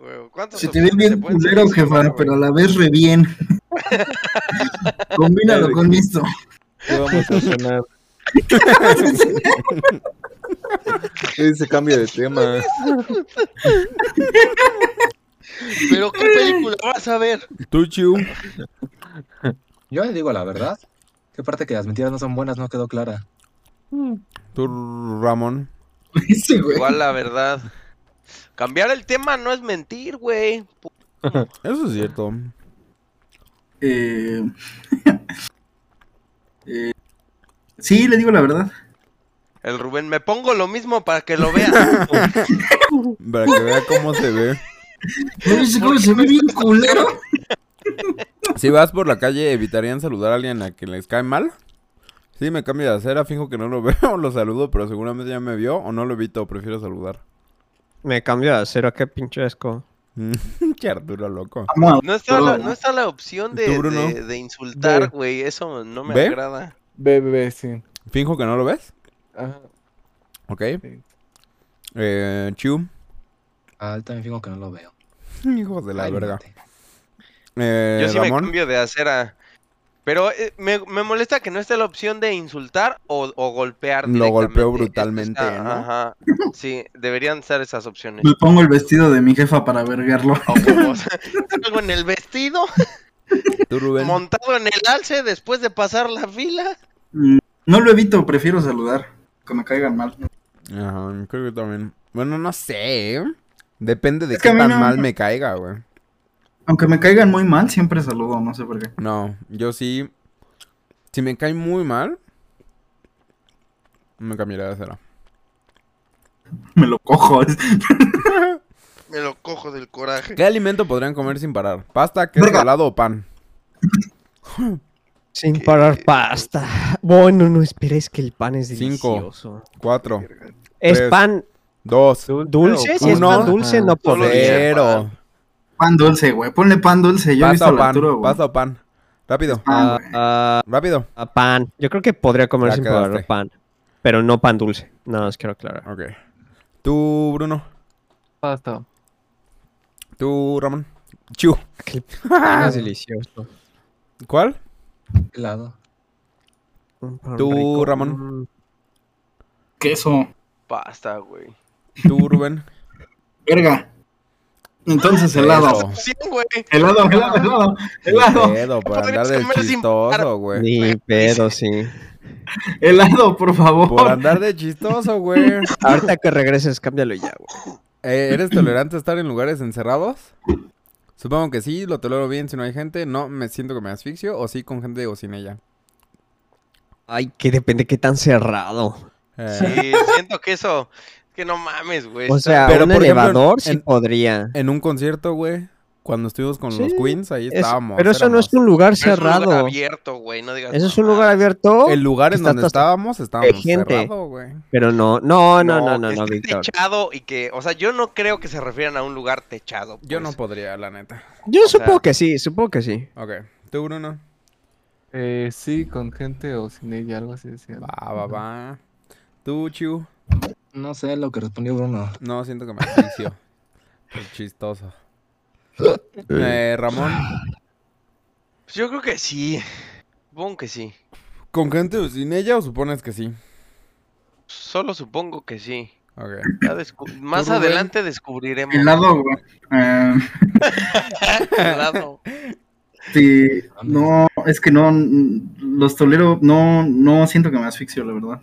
E: güey, ¿Cuántas
B: Se te ve
E: opciones
B: bien
E: pueden
B: culero,
E: seleccionar,
B: jefa,
E: güey?
B: pero a la vez re bien. Combínalo con esto.
G: ¿Qué vamos a sonar? Ese cambio de tema.
E: Pero
B: [LAUGHS]
E: qué película vas a ver.
C: Tú, Chu.
D: Yo le digo la verdad. ¿Qué parte que las mentiras no son buenas no quedó clara?
C: Tú, Ramón.
B: [LAUGHS] Ese, güey.
E: Igual la verdad. Cambiar el tema no es mentir, güey. Pu-
C: Eso es cierto.
B: Eh, [LAUGHS] eh, sí, le digo la verdad.
E: El Rubén, me pongo lo mismo para que
B: [LAUGHS]
E: lo vean.
C: Para que vea cómo se ve.
B: ¿Ves cómo se ve bien culero?
C: Si vas por la calle, ¿evitarían saludar a alguien a quien les cae mal? Sí, me cambio de acera, finjo que no lo [LAUGHS] veo, lo saludo, pero seguramente ya me vio o no lo evito, prefiero saludar. [LAUGHS]
F: Me cambio de acero, qué pinche asco.
C: Che Arturo, loco.
B: Vamos a-
E: No está la, no está la opción de,
C: ¿Tú, Bruno?
E: de- de insultar,
G: Ve.
E: güey. Eso no me
C: ¿Ve?
E: agrada.
G: Ve, ve, ve, sí.
C: Finjo que no lo ves,
G: Ajá,
C: ok.
G: sí.
C: Eh, Chu, [LAUGHS]
D: Ah, él también fijo que no lo veo.
C: hijos de la
D: Ay,
C: verga.
D: mate.
C: Eh,
E: Yo sí me
C: Ramón,
E: cambio de acera. Pero eh, me, me molesta que no esté la opción de insultar o, o golpear.
C: Lo golpeó
E: directamente. Esto
C: brutalmente, ¿no?
E: Ajá. Sí, deberían estar
C: [LAUGHS]
E: esas opciones.
B: Me pongo el vestido de mi jefa para vergarlo.
E: A [LAUGHS] huevos. Salgo en el vestido,
C: [LAUGHS] tú Rubén.
E: montado en el alce después de pasar la fila.
B: Mm, No lo evito, prefiero saludar. Que me caigan mal.
C: Ajá, creo que también. Bueno, no sé. ¿eh? Depende de
B: Es que
C: qué
B: a mí
C: tan
B: no-
C: mal me caiga, güey.
B: Aunque me caigan muy mal, siempre saludo, no sé por qué. [LAUGHS]
C: No, yo sí. Si me cae muy mal, me cambiaré de acera.
B: Me lo cojo.
E: Me lo cojo del coraje.
C: ¿Qué alimento podrían comer sin parar? ¿Pasta, queso,
B: Verga.
C: helado o pan?
F: Sin parar pasta. Bueno, no esperes que el pan es
C: Cinco.
F: delicioso.
C: Cuatro,
F: Es
C: Tres.
F: pan
C: dos,
F: dulce, si es
C: Uno.
F: pan dulce, no
E: Solo
F: podría.
E: dice
C: cero.
B: Pan dulce, güey. Ponle pan dulce. Yo he visto
C: Pasta
B: a
C: o
B: la
C: pan,
B: altura, güey.
C: pasta o pan. Rápido,
B: Pan, güey.
F: Ah,
C: rápido.
F: ah, pan. Yo creo que podría comer
C: Ya
F: sin
C: quedaste. Ah.
F: parar pan. Pero no pan dulce. No, os quiero aclarar.
C: Ok. Tú, Bruno.
G: Pasta.
C: Tú, Ramón. Chu.
F: Que el pan es delicioso.
C: ¿Cuál?
D: Helado.
F: Un pan
C: Tú,
F: rico.
C: Ramón.
F: Mm,
B: Queso.
E: Pasta, güey.
B: [LAUGHS]
C: Tú, Rubén.
B: Verga. Entonces, helado.
E: Sí, güey.
B: Helado, helado, helado.
C: Ni
B: Helado,
C: pedo, para andar
E: Podrías
C: del
E: comer sin parar.
C: chistoso, güey.
F: Ni pedo, sí.
B: helado, por favor.
C: Por andar de chistoso, güey.
F: Ahorita que regreses, cámbialo ya, güey.
C: Eh, ¿Eres tolerante a estar en lugares encerrados? Supongo que sí, lo tolero bien si no hay gente. No me siento que me asfixio, o sí con gente o sin ella.
F: Ay, que depende qué tan cerrado.
C: Eh,
E: Sí, siento que eso. Que no mames, güey.
F: O sea,
C: Pero,
F: un
C: por ejemplo,
F: elevador sí
C: en-
F: podría.
C: En un concierto, güey, cuando estuvimos con los
F: Sí,
C: Queens, ahí
F: Es-
C: estábamos.
F: pero eso no es
C: éramos- Ah,
F: un lugar
E: Pero es un lugar
F: cerrado.
E: abierto, güey. No digas. "Ah,
F: Eso es un
E: mamá.
F: lugar abierto,
C: El lugar en
F: Estás
C: donde
F: hasta-
C: estábamos, estábamos
F: gente.
C: cerrado, güey.
F: pero no, no, no, no, no,
E: que
F: no,
E: esté
F: Víctor.
E: Techado y que, o sea, yo no creo que se refieran a un lugar techado.
C: Yo no
E: pues.
C: podría, la neta.
F: Yo
E: o sea-
F: supongo que sí, supongo que sí.
C: Ok, tú, Bruno.
G: Eh, sí, con gente o sin ella, algo así decía. ¿no?
C: Va, va, va. Tú, Chu.
D: No sé lo que respondió Bruno.
C: No, siento que me
F: [LAUGHS]
C: asfixió. Por chistoso. Eh, Ramón.
E: Pues Yo creo que sí. Supongo que sí.
C: ¿Con gente o sin ella o supones que sí?
E: Solo supongo que sí.
C: Ok. [LAUGHS]
E: Ya descu- Más
C: Rubén?
E: adelante descubriremos.
B: Helado, güey. Eh,
C: [LAUGHS]
E: Helado.
B: sí, no, es que no, mm, los tolero, no, no siento que me asfixio, la verdad.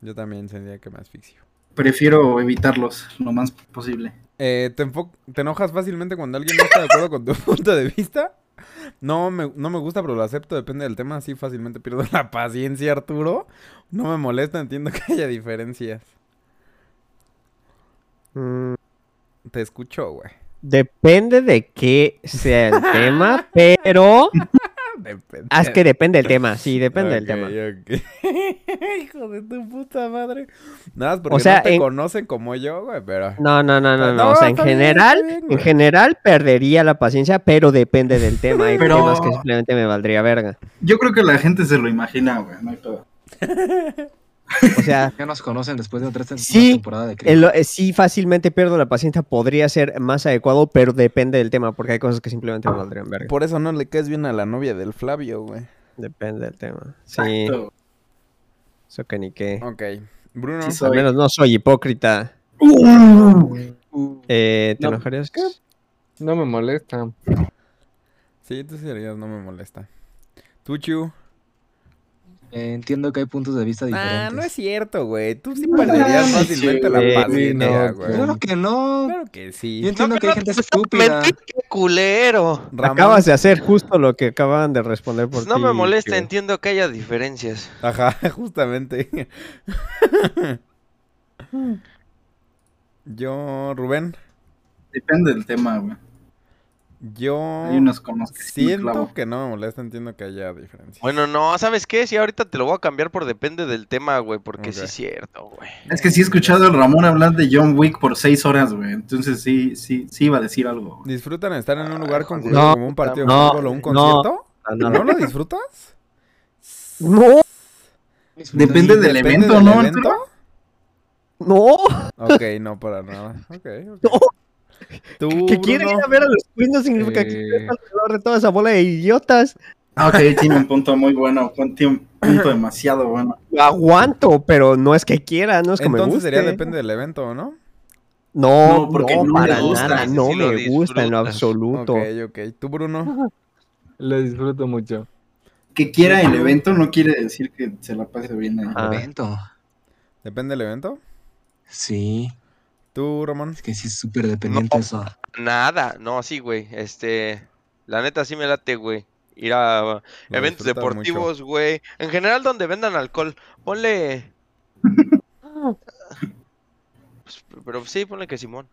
C: Yo también sentía que me asfixio.
B: Prefiero evitarlos lo más posible.
C: Eh, ¿te, enfo- te enojas fácilmente cuando alguien no está de acuerdo con tu [LAUGHS] punto de vista? No me, no me gusta, pero lo acepto. Depende del tema. Así fácilmente pierdo la paciencia, Arturo. No me molesta, entiendo que haya diferencias.
F: Mm,
C: Te escucho, güey.
F: Depende de qué
C: [LAUGHS]
F: sea el tema, pero
C: Depende.
F: ah, es que depende del tema, sí, depende del
C: Ok,
F: tema.
C: ok. [LAUGHS] Hijo de tu puta madre. Nada más porque
F: sea,
C: no te
F: en-
C: conocen como yo, güey, pero.
F: No, no, no, no, no,
C: No,
F: o sea, en
C: está bien,
F: general,
C: está bien,
F: en
C: güey.
F: general perdería la paciencia, pero depende del tema. Hay
B: Pero-
F: temas que simplemente me valdría verga.
B: Yo creo que la gente se lo imagina, güey, no hay pedo.
F: O sea,
D: Ya nos conocen después de otra tem-
F: Ah. Sí,
D: una temporada de
F: el-
D: crisis.
F: eh, sí fácilmente pierdo la paciencia, podría ser más adecuado, pero depende del tema, porque hay cosas que simplemente me valdrían verga.
C: Por eso no le caes bien a la novia del Flavio, güey.
F: Depende del tema. Sí,
B: Exacto.
F: eso que ni qué.
C: Ok. Bruno.
B: Sí,
F: Al
B: soy.
F: menos no soy hipócrita.
B: Uh,
F: Eh, ¿Te
G: No.
F: enojarías?
G: No me molesta.
C: Sí, tus heridas no me molesta. Tú, Chu.
D: Eh, entiendo que hay puntos de vista diferentes.
C: Ah, no es cierto, güey. Tú sí perderías
B: sí,
C: fácilmente
F: güey.
C: la
G: Sí, no,
C: paciencia,
G: güey.
C: güey.
D: Claro que no.
C: Claro que
D: Yo
C: sí.
D: entiendo
E: No,
D: que hay
E: no,
D: gente
E: pues,
D: estúpida.
E: mentí, qué culero.
C: Ramón,
F: Acabas de hacer justo lo que acaban de responder por
E: Pues no me
F: ti,
E: molesta,
F: Chu.
E: entiendo que haya diferencias.
C: Ajá, [LAUGHS] justamente. Yo, Rubén.
B: depende del tema, güey.
C: Yo
B: Hay unos con los que sí me
C: siento
B: clavo.
C: que no me molesta, entiendo que haya diferencias.
E: Bueno, no, ¿sabes qué? Sí, ahorita te lo voy a cambiar por depende del tema, güey, porque sí
C: Ok.
E: es cierto, güey.
B: Es que sí he escuchado al Ramón hablar de John Wick por seis horas, güey. Entonces sí, sí, sí iba a decir algo. güey.
C: ¿Disfrutan estar en un lugar con
E: joder.
C: concurrido
F: No,
C: como un partido de
F: no,
C: fútbol o un
F: no.
C: concierto?
F: Ah,
C: ¿No,
F: no, no.
C: lo disfrutas?
F: No,
B: Depende
C: Sí,
B: del evento,
C: del
B: ¿no,
C: evento?
F: no.
C: Ok, no para nada. Ok, ok.
F: No.
C: Tú,
F: Que quieren ir
C: Bruno,
F: a ver a los Queens no significa que
G: Eh.
F: estén alrededor de toda esa bola de idiotas.
B: Ah, ok, tiene un punto muy bueno, un tiene un punto demasiado bueno.
F: Aguanto, pero no es que quiera, no es que me
C: Entonces
F: guste.
C: sería depende del evento, ¿no?
F: No,
B: No,
F: no,
B: porque no
F: para
B: le gusta,
F: nada,
E: ese
F: no
E: sí lo
F: me gusta en lo
E: disfrutas.
F: absoluto.
C: Ok, ok. Tú, Bruno.
G: Lo disfruto mucho.
B: Que quiera el evento no quiere decir que se la pase bien ahí.
F: Ah.
D: Evento.
C: Depende del evento.
D: Sí,
C: Tú, Ramón.
D: es que sí es súper dependiente
E: No.
D: eso.
E: Nada, no, sí, güey. Este, la neta sí me late, güey. Ir a
C: Lo
E: eventos
C: disfrutas mucho.
E: deportivos, güey. En general donde vendan alcohol. Ponle, pues, pero sí, ponle que Simón.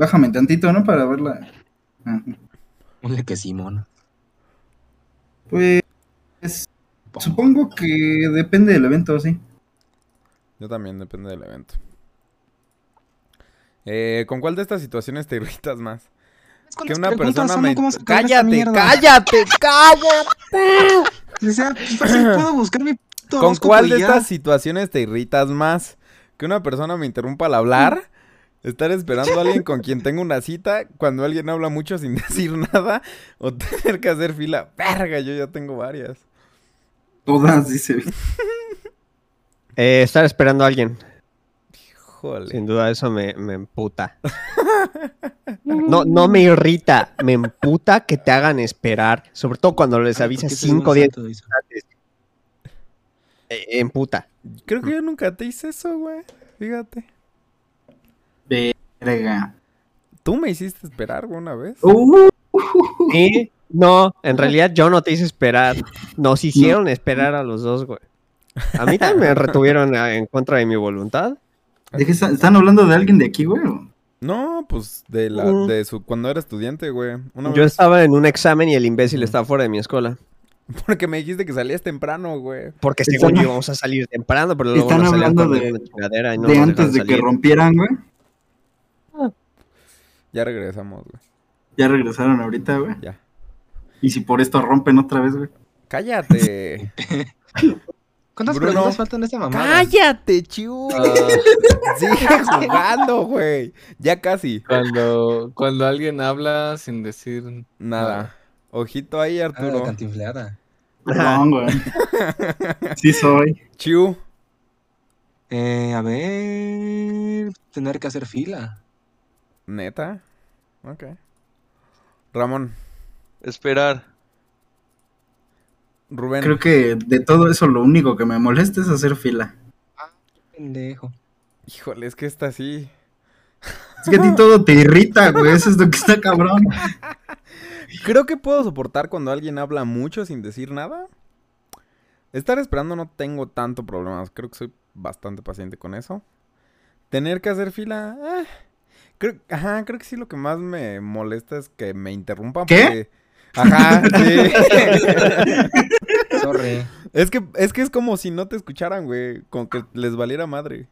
B: Bájame tantito, ¿no? Para verla. Ah,
D: Ponle que Simón.
B: Pues supongo que depende del evento, sí.
C: Yo también, depende del evento. Eh, ¿Con cuál de estas situaciones te irritas más? Que una persona me... ¡Cállate, cállate, cállate!
D: O sea, fácil, [LAUGHS] puedo buscar mi puto
C: ¿Con
D: horóscopo
C: cuál
D: y
C: de
D: ya.
C: estas situaciones te irritas más? ¿Que una persona me interrumpa al hablar? ¿Estar esperando a alguien con quien tengo una cita? ¿Cuando alguien habla mucho sin [LAUGHS] decir nada? ¿O tener que hacer fila? ¡Verga! Yo ya tengo varias.
B: Todas, dice.
F: Eh, estar esperando a alguien.
C: Híjole.
F: Sin duda, eso me, me emputa. No, no [LAUGHS] me irrita, me emputa que te hagan esperar, sobre todo cuando les avisas 5 o 10 antes. Eh, Emputa.
C: Creo que yo nunca te hice eso, güey. Fíjate.
B: Verga.
C: Tú me hiciste esperar güey, una vez.
B: Uh,
F: Sí, No, en realidad yo no te hice esperar. Nos hicieron esperar a los dos, güey. A
B: [LAUGHS]
F: mí también me retuvieron a- en contra de mi voluntad.
B: ¿de qué está- ¿Están hablando de alguien de aquí, güey?
C: No, pues de la
F: Mm.
C: de su cuando era estudiante, güey. Una
F: Yo
C: vez
F: estaba en un examen y el imbécil estaba fuera de mi escuela.
C: [LAUGHS] porque me dijiste que salías temprano, güey.
F: Porque
B: Están-
F: según yo íbamos a salir temprano, pero luego
B: Están
F: nos salían
B: hablando
F: con
B: de-
F: una chingadera y no
B: de
F: nos
B: antes
F: dejaron
B: de que
F: salir.
B: rompieran, güey.
C: Ya regresamos, güey.
B: Ya regresaron ahorita, güey.
C: Ya.
B: Y si por esto rompen otra vez, güey.
C: Cállate.
D: ¿Cuántas
C: Bruno.
D: preguntas faltan de esta mamada?
C: Cállate, chiu. Sigue jugando, güey. Ya casi.
G: Cuando, cuando alguien habla sin decir
C: Nada. Ojito ahí,
D: Ah, la
C: Arturo.
D: cantinfleada.
B: Perdón, güey.
F: [LAUGHS]
B: Sí soy.
C: Chiu.
D: Eh, a ver. Tener que hacer fila.
C: Neta. Ok. Ramón,
D: [LAUGHS]
E: Esperar.
C: Rubén.
B: Creo que de todo eso lo único que me molesta es hacer fila.
D: Pendejo.
C: Híjole, es que está así.
B: Es que a ti todo te irrita, güey. Eso es lo que está cabrón.
C: Creo que puedo soportar cuando alguien habla mucho sin decir nada. Estar esperando no tengo tanto problemas. Creo que soy bastante paciente con eso. Tener que hacer fila. ah, creo, ajá, creo que sí lo que más me molesta es que me interrumpan.
B: ¿Qué?
C: porque- Ajá, sí. [LAUGHS]
D: Sorry.
C: es, que, es que es como si no te escucharan, güey. Con que les valiera madre.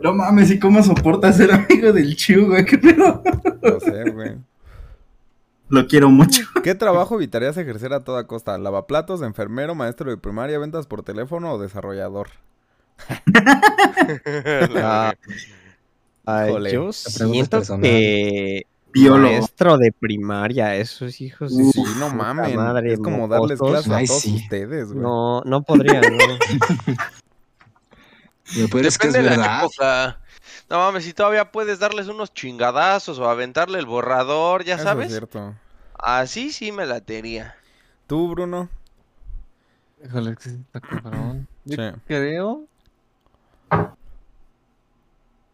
B: No mames, ¿y cómo soportas ser amigo del Chiu, güey? ¿Qué pedo?
C: No sé, güey.
B: Lo quiero mucho.
C: ¿Qué trabajo evitarías ejercer a toda costa? ¿Lavaplatos, enfermero, maestro de primaria, ventas por teléfono o desarrollador?
F: Ah, ay,
C: Híjole,
F: yo
D: la pregunta es
F: siento
D: personal.
F: que
B: Biólogo.
F: maestro de primaria, esos hijos de
B: Uf,
C: Sí, no
F: puta
C: mamen.
F: madre,
C: es como darles
F: mocosos.
C: clases a
D: Ay,
C: todos
D: sí.
C: ustedes, güey.
F: No, no
B: [LAUGHS]
F: podría, no.
D: Lo peor es que es
E: Depende de la
D: verdad.
E: época. No mames, si todavía puedes darles unos chingadazos o aventarle el borrador, ya
C: Eso es
E: sabes.
C: cierto.
E: Así sí me latería.
C: Tú, Bruno.
G: Híjole, que sí está cabrón. Yo
C: Sí.
G: creo.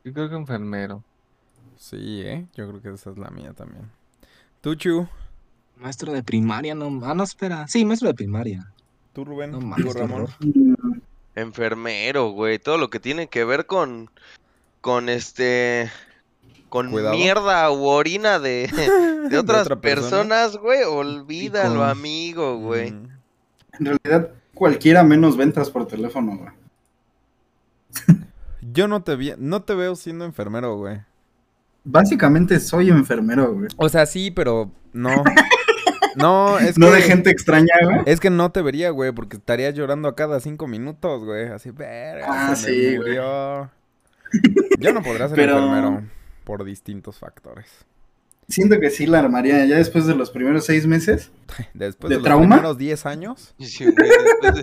G: Yo creo que enfermero.
C: Sí, eh. Yo creo que esa es la mía también. Tú, Chu.
D: Maestro de primaria, no. Ah, no, espera. Sí, maestro de primaria.
C: Tú, Rubén.
D: No
C: Tú,
D: mames, qué
C: Ramón.
D: horror.
E: Enfermero, güey. Todo lo que tiene que ver con. Con este. Con
C: Cuidado.
E: mierda u
C: [LAUGHS]
E: orina de, de
C: De
E: otras
C: otra persona.
E: personas, güey. Olvídalo,
D: con-
E: amigo, güey.
C: Mm.
B: En realidad, cualquiera menos ventas por teléfono, güey.
C: Yo no te, vi- no te veo siendo enfermero, güey.
B: Básicamente soy enfermero, güey.
C: O sea, sí, pero no. [LAUGHS] No, es
B: No
C: que...
B: de gente extraña, güey.
C: Es que no te vería, güey, porque estarías llorando a cada cinco minutos, güey. Así, verga,
B: Ah,
C: se
B: sí,
C: me
B: güey.
C: murió". Yo no podría ser
B: Pero-
C: enfermero por distintos factores. [LAUGHS]
B: Siento que sí la armaría ya después de los primeros seis meses.
C: Después
B: ¿De
C: de, los
B: trauma?
C: primeros 10 años,
E: Sí, güey, después, de,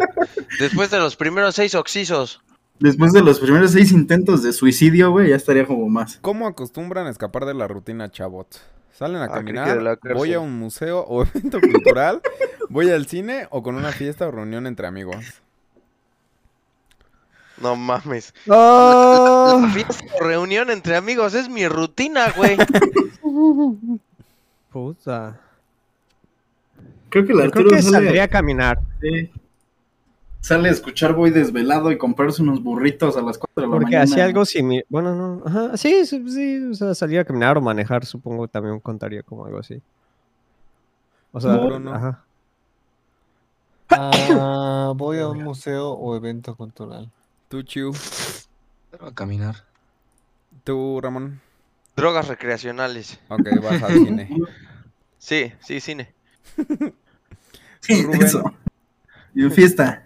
E: después de los primeros seis oxisos.
B: Después de los primeros seis intentos de suicidio, güey, ya estaría como más.
C: ¿cómo acostumbran a escapar de la rutina, chavot? ¿Salen a
E: Ah, creí que
C: caminar?
E: de la cárcel.
C: ¿Voy a un museo o [LAUGHS] evento cultural? ¿Voy al cine o con una fiesta o reunión entre amigos?
E: No mames.
F: Oh,
D: Ah.
E: La fiesta o reunión entre amigos es mi rutina,
D: [LAUGHS]
E: güey.
F: puta.
B: Creo que el
F: Yo creo
B: Arturo
F: que
B: sale,
F: saldría a caminar.
B: sí. sale a escuchar Voy desvelado y comprarse unos burritos a las cuatro de la
F: Porque
B: mañana. [LAUGHS]
F: hacía algo similar. Bueno, no. Ajá. Sí, sí, sí, o sea, salir a caminar o manejar, supongo, también contaría como algo así. O sea,
C: No, no.
F: ajá.
G: Ah, voy a un museo o evento cultural.
C: Tú, Chu.
D: Pero a caminar.
C: Tú, Ramón.
E: Drogas recreacionales.
C: Ok, vas al
B: [LAUGHS]
C: cine.
E: Sí, sí, cine.
B: Sí,
C: Rubén.
B: eso. Y en fiesta.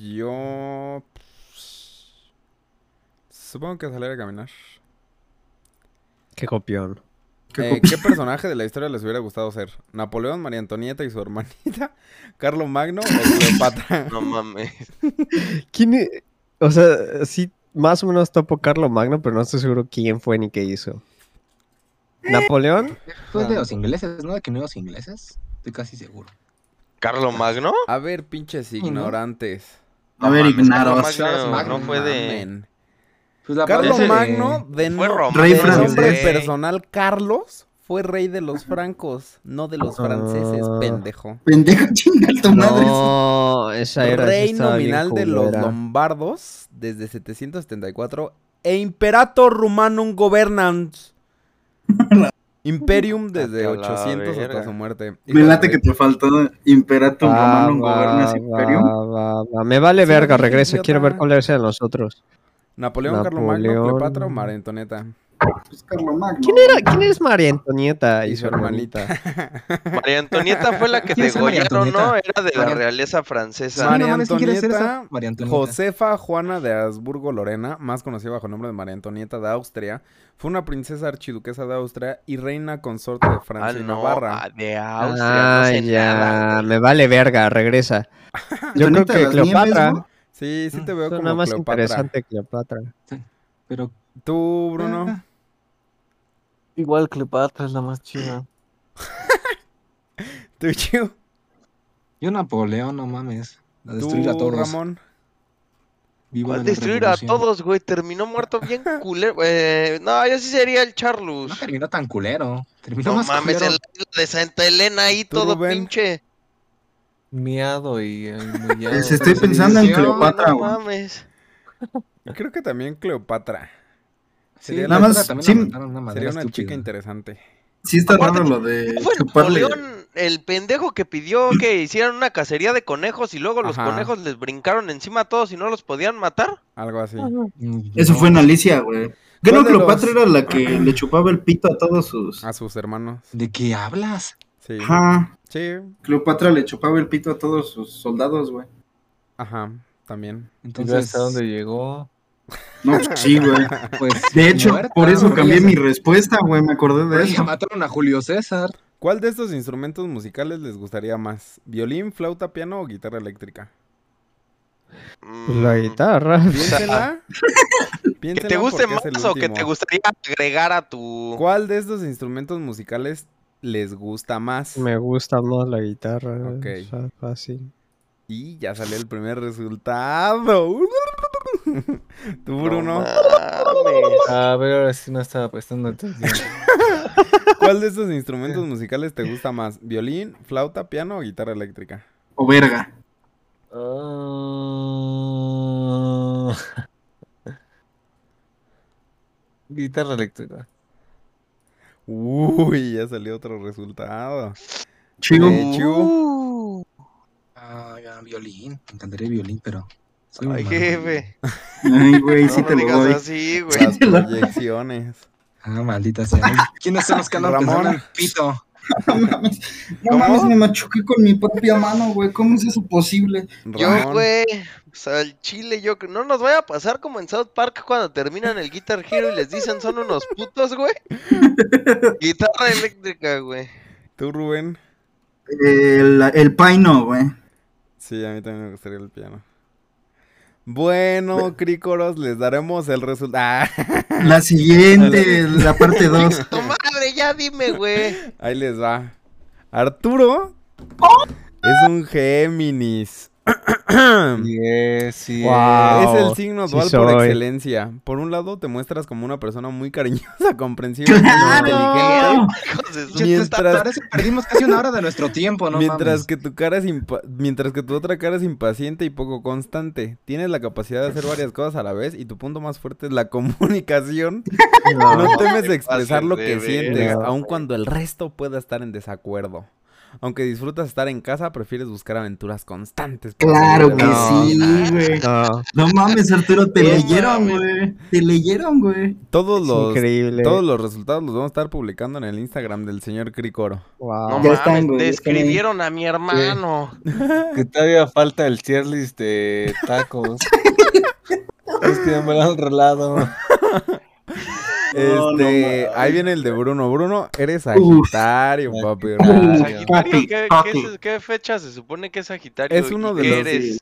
C: Yo... pues, Supongo que salir a caminar.
F: Qué copión.
B: Qué
C: Eh, ¿Qué personaje de la historia les hubiera gustado ser? ¿Napoleón, María Antonieta y su hermanita? [LAUGHS]
E: [LAUGHS]
C: ¿Carlo Magno o Cleopatra?
E: No mames.
F: ¿Quién e- O sea, sí más o menos topo Carlo Magno, pero no estoy seguro quién fue ni qué hizo. ¿Napoleón?
D: Fue Pues de los ingleses, ¿no? De que no los ingleses. Estoy casi seguro.
E: ¿Carlo Magno?
C: A ver, pinches
D: no.
C: ignorantes.
B: A ver,
E: mames, Carlo
B: ignaros.
E: Magno
D: Magno,
E: No fue de.
C: Mamen.
D: Pues la
C: Carlos
E: Ese-
C: Magno, de,
E: Fue
C: no-
E: Romano,
B: Rey
C: de nombre
E: güey.
C: personal Carlos, fue rey de los francos, no de los franceses,
F: Ah.
C: pendejo.
B: Pendejo, [LAUGHS] chinga tu madre.
F: No, esa era. esa
C: Rey
F: estaba bien
C: nominal de los
F: culera.
C: lombardos desde 774 e Imperator Romanum
D: [LAUGHS]
C: Governans. Imperium desde
E: Hasta la
C: 800 hasta
E: verga.
C: su muerte.
B: Me late que
C: Hijo de-
B: te faltó Imperatum
F: Va,
B: Romanum
F: Ah, va,
B: Governus
F: va,
B: Imperium.
F: va, va. Me vale
C: Sí,
F: verga,
C: dije,
F: regreso. Quiero ver
C: idiota.
F: cuál es el de nosotros.
C: Napoleón, Carlos Magno,
F: Napoleón.
C: Cleopatra o María Antonieta
B: Pues Carlo Magno.
F: ¿Quién era? ¿Quién es María Antonieta
C: y su
F: [LAUGHS]
C: hermanita.
E: María Antonieta fue la que
D: ¿Quién es esa María
E: degollaron, ¿no?
D: Antonieta?
E: Era de la
D: María-
E: realeza francesa.
C: María
D: no mames, ¿quién quiere ser esa
C: Antonieta,
D: María Antonieta?
C: Josefa Juana de Habsburgo Lorena, más conocida bajo el nombre de María Antonieta de Austria, fue una princesa archiduquesa de Austria y reina consorte de
E: Ah,
C: Francia y
E: no,
C: Navarra.
E: ah, de Austria, no
F: Ah,
E: sé
F: ya.
E: nada, güey.
F: Me vale verga, regresa. Yo creo
B: Antonita de
F: que
B: las Nieves,
F: Cleopatra.
B: ¿no?
C: Sí, sí te veo
F: Suena
C: como
F: más
C: Cleopatra.
F: interesante Cleopatra.
D: Pero
C: Tú, Bruno.
G: Igual Cleopatra es la más chida.
C: Tú, Chiu.
D: yo
G: Ah,
D: Napoleón, no mames. A destruir a
C: Tú,
D: todos.
C: Ramón.
D: Viva
E: ¿Cuál
D: la
E: destruir a
D: revolución.
E: todos, güey? Terminó muerto bien culero. Eh, no, yo sí sería el Charlus.
D: No terminó tan culero. Terminó
E: No
D: más
E: mames, en
D: culero.
E: la isla de Santa Elena ahí
C: Tú,
E: todo
C: Rubén.
E: pinche.
G: Miado y
B: [LAUGHS]
G: el mullado.
B: Pues estoy pensando en
D: Sí,
B: Cleopatra,
E: no
B: güey.
E: mames.
C: Creo que también Cleopatra.
D: Sí,
C: Sería
D: la
B: nada más-
D: otra también
B: sí,
D: la mandaron de una
C: Sería
D: manera
C: una chica
D: estúpida.
C: interesante.
B: Sí está
E: Aparte,
B: raro lo de
E: ¿Qué fue
B: Eh, chuparle.
E: Napoleón, el pendejo que pidió que hicieran una cacería de conejos y luego los
C: Ajá.
E: conejos les brincaron encima a todos y no los podían matar?
C: Algo así.
D: Mm,
B: Eso fue en Alicia, güey. Creo que
C: ¿Cuál de
B: Cleopatra
C: los-
B: era la
F: [CLEARS THROAT]
B: que le chupaba el pito a todos sus.
F: Ah,
C: A sus hermanos.
D: ¿De qué hablas?
C: Sí.
B: Ajá.
C: Sí.
B: Cleopatra le chupaba el pito a todos sus soldados, güey.
C: Ajá. También.
G: Y ve
D: Entonces,
G: hasta dónde llegó.
B: No, pues sí, güey.
D: [LAUGHS] pues,
B: De hecho,
D: muerta,
B: por eso
D: porque
B: cambié
D: ya-
B: mi respuesta, güey. Me acordé de
D: [LAUGHS] porque ya
B: eso.
D: [LAUGHS] mataron a Julio César.
C: ¿Cuál de estos instrumentos musicales les gustaría más? ¿Violín, flauta, piano o guitarra eléctrica?
B: Pues
F: Pues La
E: Mm,
F: guitarra. [LAUGHS]
C: Piénsela.
E: Que
C: Piénsela
E: te guste
C: porque
E: más
C: es el
E: o que te
C: último.
E: gustaría agregar a tu.
C: ¿Cuál de estos instrumentos musicales les gusta más?
F: Me gusta más la guitarra.
C: Ok.
F: o sea, fácil.
C: Y ya salió el primer resultado. [LAUGHS] Tú, Bruno,
E: mames.
G: A ver, ahora sí no estaba prestando atención.
C: ¿cuál de estos instrumentos musicales te gusta más? ¿Violín, flauta, piano o guitarra eléctrica?
B: O verga.
G: Ah. [LAUGHS] Guitarra eléctrica.
C: Uy, ya salió otro resultado.
B: Chigo.
C: Eh, Chiu,
D: Ah, ya, violín. Me encantaría violín, pero. Soy un
E: Ay,
D: mamón.
E: jefe.
B: Ay, güey,
E: No
B: sí
E: me
B: te lo
E: digas
B: doy.
E: así, güey.
C: las proyecciones.
D: Ah, maldita
E: [LAUGHS]
D: sea. Ay, ¿Quiénes son los que andan
C: Ramón.
D: pensando en Pues, pito?
B: [LAUGHS] No mames, no mames, me machuqué con mi propia mano, güey. ¿Cómo es eso posible?
E: Yo,
C: Ramón,
E: güey, pues al chile, yo que no nos vaya a pasar como en South Park cuando terminan el Guitar Hero y les dicen son unos putos, güey. Guitarra eléctrica, güey.
C: tú, Rubén.
B: El, el paino, güey.
C: Sí, a mí también me gustaría el piano. Bueno, crícoros, les daremos el [LAUGHS] Ah, resultado.
B: La siguiente, la parte
E: [LAUGHS]
B: 2.
E: Tu madre, ya dime, güey.
C: Ahí les va. Arturo es un Géminis.
G: Yes, sí.
C: [CLEARS THROAT]
F: Guau.
C: es el signo
F: sí
C: dual por
F: soy.
C: excelencia. Por un lado, te muestras como una persona muy cariñosa, [LAUGHS] comprensiva, muy
B: ¡Claro!
C: inteligente.
E: Hijos de su-
D: Pinche
C: Mientras-
D: tata, parece que perdimos casi una hora de nuestro tiempo, ¿no?
C: mientras
D: mames.
C: que tu cara es impa- mientras que tu otra cara es impaciente y poco constante. Tienes la capacidad de hacer varias cosas a la vez y tu punto más fuerte es la [LAUGHS] comunicación.
F: No.
C: No temes
E: te
C: expresar
E: pases
C: lo
E: de
C: que
E: verga.
C: sientes, aun cuando el resto pueda estar en desacuerdo. Aunque disfrutas estar en casa, prefieres buscar aventuras constantes. para
B: Claro
C: salir
B: que
C: de la
F: No.
B: sí,
C: rutina.
B: güey.
F: No,
B: No mames, Arturo, te
E: No
B: leyeron,
E: mames.
B: güey. Te leyeron, güey.
C: Todos
F: es
C: los
F: increíble.
C: Todos los resultados los vamos a estar publicando en el Instagram del señor Cricoro.
F: Guau.
E: No
B: Ya están,
E: mames,
B: güey, ya están ahí.
E: describieron a mi hermano.
G: Que todavía falta el tier list de tacos. es que ya me lo han rolado.
B: No, no
C: este,
B: mames.
C: ahí viene el de Bruno. Bruno, eres Sagitario,
G: Uf.
C: papi.
B: Uf.
E: Sagitario,
B: papi,
E: ¿qué,
B: papi.
E: qué es- qué fecha se supone que es Sagitario?
C: Es uno
E: ¿Y
C: de
E: qué
C: los-
E: eres?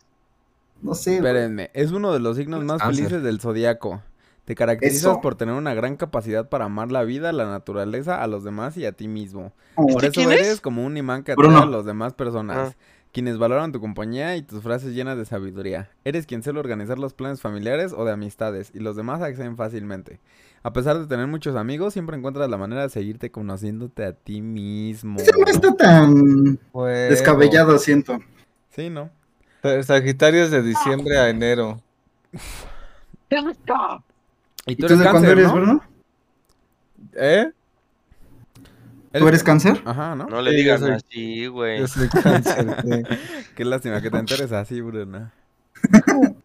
B: No sé. güey.
C: Espérenme, es uno de los signos más
D: Cáncer.
C: felices del zodiaco. Te caracterizas
B: Eso.
C: por tener una gran capacidad para amar la vida, la naturaleza, a los demás y a ti mismo. Por
E: ¿Este
C: eso
E: quién
C: eres
E: es?
C: como un imán que atrae a
B: Bruno. Ah.
C: las demás personas, quienes valoran tu compañía y tus frases llenas de sabiduría. Eres quien suele organizar los planes familiares o de amistades, y los demás acceden fácilmente. A pesar de tener muchos amigos, siempre encuentras la manera de seguirte conociéndote a ti mismo.
B: Ese no está tan
G: Huevo.
B: descabellado, siento.
C: Sí, ¿no?
G: Sa- Sagitario es de diciembre a enero.
C: Y tú eres
B: Entonces, ¿cuándo
C: cáncer,
B: eres,
C: ¿no?
B: Bruno?
G: ¿Eh?
B: ¿Tú eres cáncer?
C: Ajá, ¿no?
E: No le
G: Sí, yo
E: digan
G: soy-
E: así, güey.
G: Yo soy cáncer. sí. [LAUGHS]
C: Qué lástima que te enteres así, Bruno.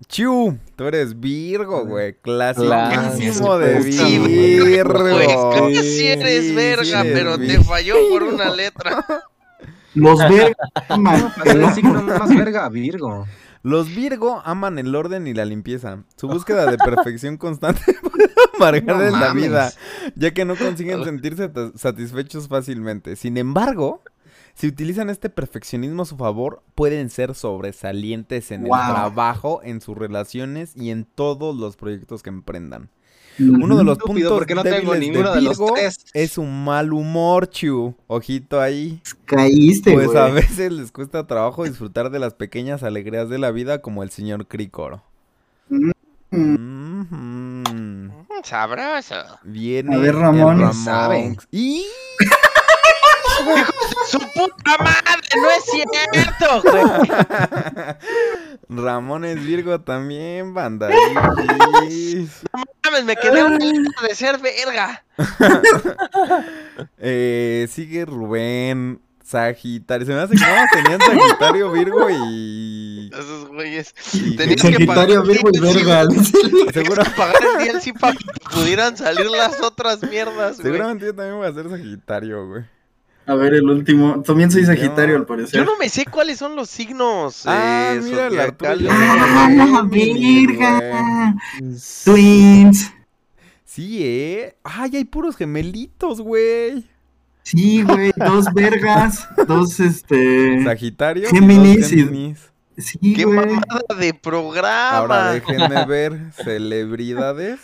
C: Chiu, tú eres Virgo, güey. Clasiquísimo
G: Clásico,
C: de
G: sí,
E: Pues, Güey,
C: Virgo.
E: creo que sí eres
C: Sí, sí
E: verga,
C: eres
E: pero te
C: virgo.
E: falló por una letra. [LAUGHS]
B: Los vergas.
D: Pasó el signo más verga a Virgo.
C: Los Virgo aman el orden y la limpieza. Su búsqueda de perfección constante [LAUGHS] puede amargarles
D: No
C: la
D: mames.
C: vida, ya que no consiguen sentirse ta- satisfechos fácilmente. Sin embargo, si utilizan este perfeccionismo a su favor, pueden ser sobresalientes en el
B: Wow.
C: trabajo, en sus relaciones y en todos los proyectos que emprendan. Uno de los
D: Estúpido,
C: puntos
D: porque no
C: débiles
D: tengo ninguno
C: de
D: de los
C: Virgo
D: tres.
C: es su mal humor, Chu. Ojito ahí.
B: Caíste,
C: pues
B: güey.
C: a veces les cuesta trabajo disfrutar de las pequeñas alegrías de la vida como el señor Crícoro. Mhm.
E: Mm, Sabroso.
C: Viene
B: A ver,
C: el
B: Ramón.
D: Sabe.
C: Y
E: ¡Su puta madre! ¡No es cierto, güey!
C: Ramón es Virgo también, banda.
E: Mames, me quedé una lista de ser verga.
C: Eh, sigue Rubén, Sagitario. Se me hace que nada más tenían Sagitario, Virgo
E: [LAUGHS]
C: y...
E: Esos güeyes.
C: y
E: Tenías que pagar
B: Sagitario,
E: el
B: Virgo y
E: DLC,
B: verga.
C: Seguro-
E: Seguro pagar el DLC para que pudieran salir las otras mierdas, güey.
C: Seguramente yo también voy a ser Sagitario, güey.
B: A ver, el último. También soy Sagitario,
C: No.
B: al parecer.
E: Yo no me sé cuáles son los signos.
C: Ah,
E: eh,
C: mira, el Arturo
E: zodiacales.
C: ya
B: ¡Ah, la
C: Gemini,
B: verga!
G: Sí.
B: Twins.
C: Sí, ¿eh? Ay, hay puros gemelitos, güey.
B: Sí, güey. Dos vergas. Dos, este.
C: Sagitario. y
B: Géminis
C: dos
B: y-
C: Géminis.
B: Sí,
E: Qué
B: güey.
E: mamada de programa.
C: Ahora déjenme ver celebridades.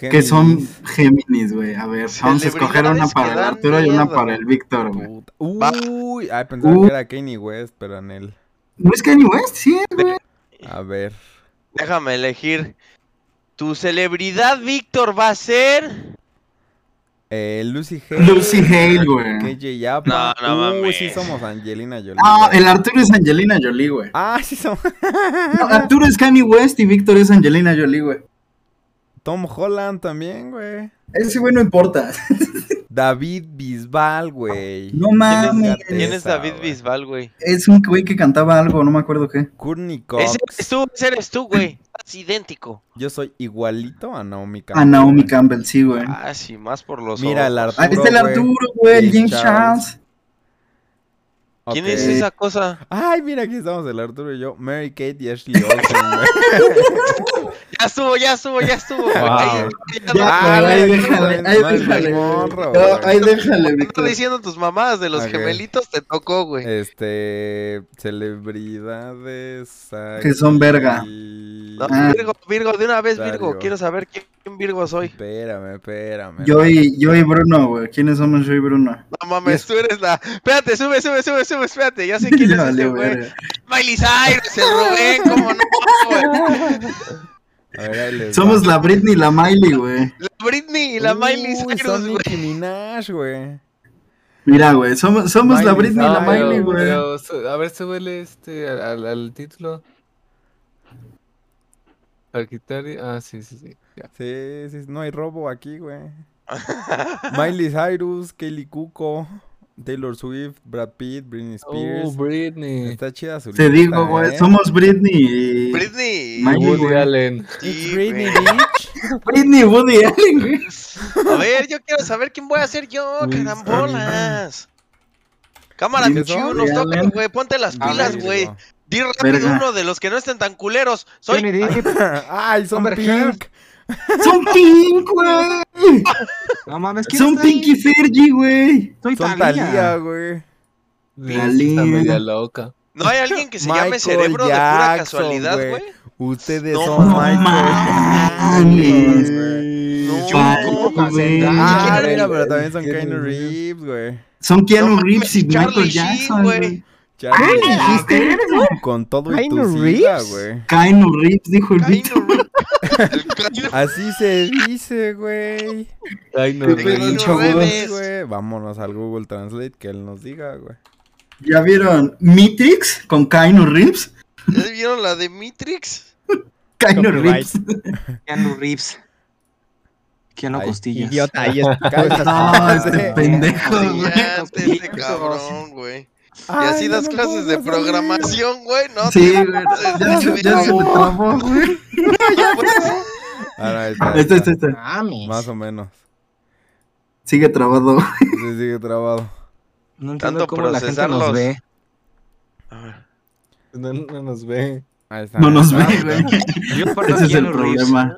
B: Que son
C: Géminis.
B: Géminis, güey. A ver, vamos a escoger una
E: Celebridades
B: para
E: que
B: el
E: dan
B: Arturo y una
E: miedo.
B: para el Víctor, güey.
C: Puta.
E: Va.
C: Uy, ay, pensaba
B: Uh.
C: que era Kanye West, pero en él.
B: ¿No es Kanye West? Sí, güey.
C: A ver.
E: Déjame elegir. Tu celebridad, Víctor, va a ser.
C: Eh, Lucy Hale.
B: Lucy Hale, güey.
C: KJ Yapa.
E: No, no
C: Uy,
E: mames.
C: sí somos Angelina Jolie.
B: Ah,
C: güey.
B: el Arturo es Angelina Jolie, güey.
C: Ah, sí somos. [LAUGHS]
B: No, Arturo es Kanye West y Víctor es Angelina Jolie, güey.
C: Tom Holland también, güey.
B: Ese güey no importa.
C: David Bisbal, güey.
B: No
E: ¿Quién es-
B: mames.
E: ¿Quién es
C: Esa,
E: David
C: güey.
E: Bisbal, güey?
B: Es un güey que cantaba algo, no me acuerdo qué. Ah,
C: Courtney Cox.
E: Ese eres tú, ese eres tú, güey. Estás idéntico.
C: Yo soy igualito a Naomi Campbell.
B: A Naomi Campbell, sí, güey.
E: Ah, sí, más por los
C: Mira, el
E: ojos.
C: Arturo.
B: Ah, es el
C: güey.
B: Arturo, güey,
C: James
B: James
C: Charles.
B: Charles.
E: ¿Quién
C: Ok.
E: es esa cosa?
C: Ay, mira, aquí estamos el Arturo y yo. Mary Kate y Ashley Olsen, güey.
E: [LAUGHS] Ya estuvo, ya estuvo, ya estuvo. güey.
F: Wow.
E: Ahí- ya no-
C: Ah,
B: Ya, güey, ahí
C: güey,
B: déjale,
C: no
B: ahí
C: mames,
B: déjale.
C: morro,
B: No,
C: güey.
B: ahí déjale,
E: no estoy
B: Víctor.
E: diciendo tus mamadas de los
C: Ok. Eh,
E: gemelitos, te tocó, güey.
C: Este. Celebridades.
B: Que son verga.
C: aquí.
E: No,
B: Ah.
E: Virgo, Virgo, de una vez, Virgo.
C: Virgo.
E: Quiero saber quién Virgo soy.
C: Espérame, espérame.
B: Yo y, yo y Bruno, güey. ¿Quiénes somos yo y Bruno?
E: No mames, tú eres la. Espérate, sube, sube, sube, sube,
B: [LAUGHS]
E: espérate. Ya sé quién
B: Ya
E: es ese
B: valió,
E: güey.
B: verga.
E: Miley Cyrus, el Rubén, cómo no, güey.
C: A ver, ahí les va.
B: Somos la Britney y la Miley, güey.
E: La Britney y la
C: Uy,
E: Miley
C: son
E: Cyrus, güey.
C: Nicki Minaj, güey.
B: Mira, güey, somos, somos la
C: Miley
B: Britney y la
C: Cyrus,
B: Miley,
G: Ah, pero-
B: güey.
G: pero su- a ver, súbele este al, al- al título. Sagitario. Ah, sí, sí, sí. ya.
C: Sí, sí, no hay robo aquí,
E: [LAUGHS]
C: güey. Miley Cyrus, Kelly Cuco, Taylor Swift, Brad Pitt, Britney
G: Oh,
C: Spears.
G: Britney.
C: Está chida su
B: Te
C: lista,
B: digo, güey,
C: ¿eh?
B: somos Britney y...
E: Britney.
B: Miley,
G: Woody
B: güey.
G: Allen.
E: Sí,
C: It's Britney,
E: güey.
C: bitch.
B: Britney y Woody Allen, güey.
E: A ver, yo quiero saber quién voy a ser yo,
G: Uy,
E: carambolas. Cámara,
B: Dime,
E: Chu,
B: ¿son
E: nos toca,
B: reales?
E: güey. Ponte las
C: A
E: pilas,
C: ver,
E: güey.
C: digo.
E: Di rápido
B: Verga.
E: uno de los que no estén tan culeros. Soy.
D: Johnny Depp.
C: [LAUGHS] Ay, son
D: Amber Heard.
C: pink.
B: Son
E: [LAUGHS]
B: Pink, güey.
D: No mames, ¿quién
B: Son
D: está ahí?
B: Pink y Fergie, güey.
D: Soy
C: Son
D: Thalía.
C: Talía, güey.
G: Sí, sí, Está
B: Alina.
G: media loca.
E: ¿No hay alguien que se llame
C: Michael
E: cerebro de pura
C: Jackson,
E: casualidad,
C: güey.
E: güey?
C: Ustedes
E: No
C: son
B: mames.
C: Michael. Jackson, güey.
E: No,
B: Yo
E: mames.
B: como
D: Ah,
B: Zendaya,
C: Ah,
B: güey.
C: mira, pero también son
G: Keanu
C: Keanu
G: Reeves.
C: Reeves, güey.
B: Son Keanu
E: No mames,
B: Reeves y
E: Charlie
B: Michael
E: Sheen,
B: Jackson,
E: güey.
B: güey.
C: Charlie
B: ¿Qué
C: Sheen
B: dijiste eso?
C: con todo y
F: Keanu
C: tu sida,
F: Reeves.
C: güey.
B: Keanu Reeves, dijo el
E: Ay,
B: Vito.
E: no, güey. [LAUGHS] El Keanu
C: Así se dice, güey.
G: Ay, no.
B: Qué
G: güey.
B: pedo,
E: Keanu
B: chavos.
E: Reeves.
C: Güey, Vámonos al Google Translate que él nos diga, güey.
B: ¿Ya vieron Matrix con Keanu Reeves?
E: ¿Ya vieron la de Matrix?
B: Keanu
F: Copyright.
B: Reeves.
D: Keanu Reeves. Keanu
C: Ay,
D: Costillas.
F: Idiota,
C: [LAUGHS]
F: ahí es.
B: No, este pendejo,
D: Sí,
B: güey.
E: Ya,
D: güey.
E: este cabrón, güey. Y
C: Ay,
E: así
C: no
E: das
C: me
E: clases
C: pongas
E: de
C: a mí.
E: programación, güey, ¿no?
B: Sí,
E: te-
B: güey.
E: te-
B: Ya, se-
E: te-
B: ya
E: [LAUGHS]
B: se me
E: no,
B: trabó, güey.
E: pues,
C: Ahora está,
B: Este,
C: está.
B: este, este.
C: Más o menos.
B: Sigue trabado.
C: Se sigue trabado.
D: No entiendo
E: Tanto
D: cómo la gente nos
E: procesarlos.
D: ve.
E: a ver.
G: No, no nos ve.
C: Ahí está.
B: No nos ve,
C: Ah,
B: güey.
C: está.
D: Yo fuera
B: Ese es el
D: Keanu Reeves.
B: problema.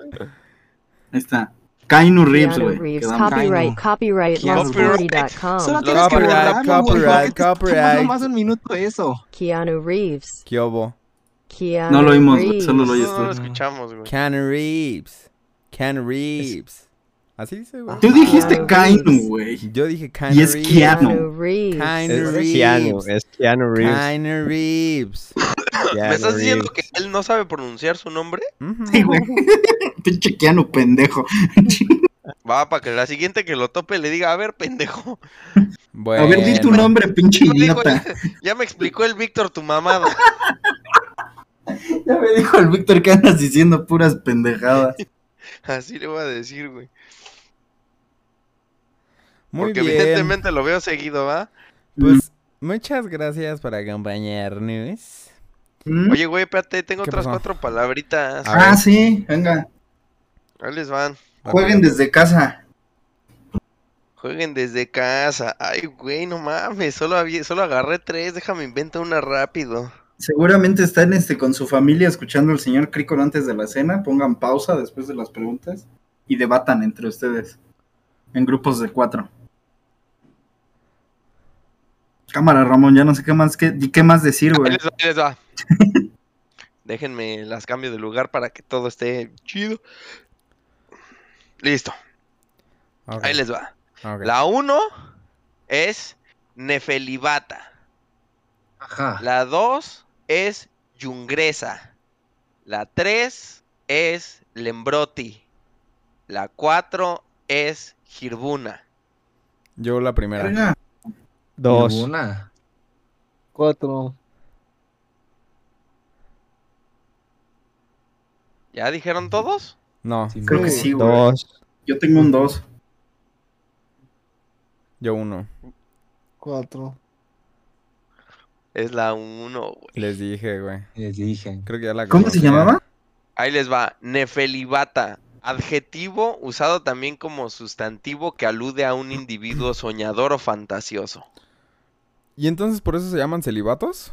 B: Ahí está. Keanu Reeves,
H: Keanu
B: güey.
H: Reeves,
B: Quedamos.
D: Keanu.
H: copyright, copyright,
D: Keanu Solo
H: lost40.com.
D: tienes que
C: Copyright,
D: borrarlo, güey,
C: copyright,
D: porque te está tomando
C: copyright.
D: más de un minuto eso.
H: Keanu Reeves,
C: [LAUGHS] ¿Qué hubo?
H: Keanu
B: No lo oímos, güey,
H: Reeves.
B: solo lo
E: No,
B: oyes
E: no lo
B: tú.
E: escuchamos, güey.
C: Can Reeves. Can Reeves. Así dice, güey.
B: Tú dijiste
H: Keanu
B: Keanu,
H: Reeves.
B: güey.
C: Yo dije Can
B: Y es
C: Reeves.
H: Keanu
B: Keanu.
H: Reeves.
C: Keanu
F: Es
C: Reeves. Ah,
F: Keanu, es Keanu Reeves.
C: Keanu Reeves.
E: ¿Me estás diciendo que
F: Keanu
E: él no sabe pronunciar su nombre?
C: Ujú.
B: Sí, güey. Pinche Keanu, pendejo.
E: Va, para que la siguiente que lo tope le diga, a ver, pendejo. [LAUGHS]
B: [LAUGHS]
C: Bueno.
B: A ver, di tu nombre, pinche
E: Ya me dijo-
B: idiota.
E: ya me explicó el Víctor tu mamada.
B: Ya me dijo el Víctor que andas diciendo puras pendejadas.
E: [LAUGHS] Así le voy a decir, güey.
C: Muy
E: Porque
C: bien.
E: evidentemente lo veo seguido, ¿va?
C: Pues muchas gracias por acompañarnos.
B: ¿Mm?
E: Oye, güey, espérate, tengo
C: ¿Qué
E: otras
C: pasó?
E: cuatro palabritas.
C: A ver.
B: Ah, sí, venga.
E: Ahí les van.
B: Jueguen desde casa.
E: Jueguen desde casa. Ay, güey, no mames. Solo, había- solo agarré tres. Déjame inventar una rápido.
B: Seguramente están este, con su familia escuchando al señor Crícola antes de la cena. Pongan pausa después de las preguntas y debatan entre ustedes en grupos de cuatro. Cámara, Ramón, ya no sé qué más, qué, ni qué más decir,
E: Ahí
B: güey.
E: les va, ahí
C: [LAUGHS]
E: les va. Déjenme las cambio de lugar para que todo esté chido. Listo.
C: Ok,
E: Ahí les va.
C: ok.
E: La uno es Nefelibata.
D: Ajá.
E: La 2 es Yungresa. La 3 es Lembroti. La 4 es Girbuna.
C: Yo la primera.
B: Verga.
F: Dos.
D: Ninguna.
G: Cuatro.
E: ¿Ya dijeron todos?
C: No,
B: Creo que sí, güey.
F: Dos.
B: Yo tengo un dos.
C: yo uno.
G: Cuatro.
E: Es la 1, güey.
C: Les dije, güey.
D: Les dije.
C: Creo que ya la
B: ¿Cómo se
C: conocía.
B: llamaba?
E: Ahí les va. Nefelibata. Adjetivo usado también como sustantivo que alude a un individuo soñador o fantasioso.
C: ¿Y entonces por eso se llaman celibatos?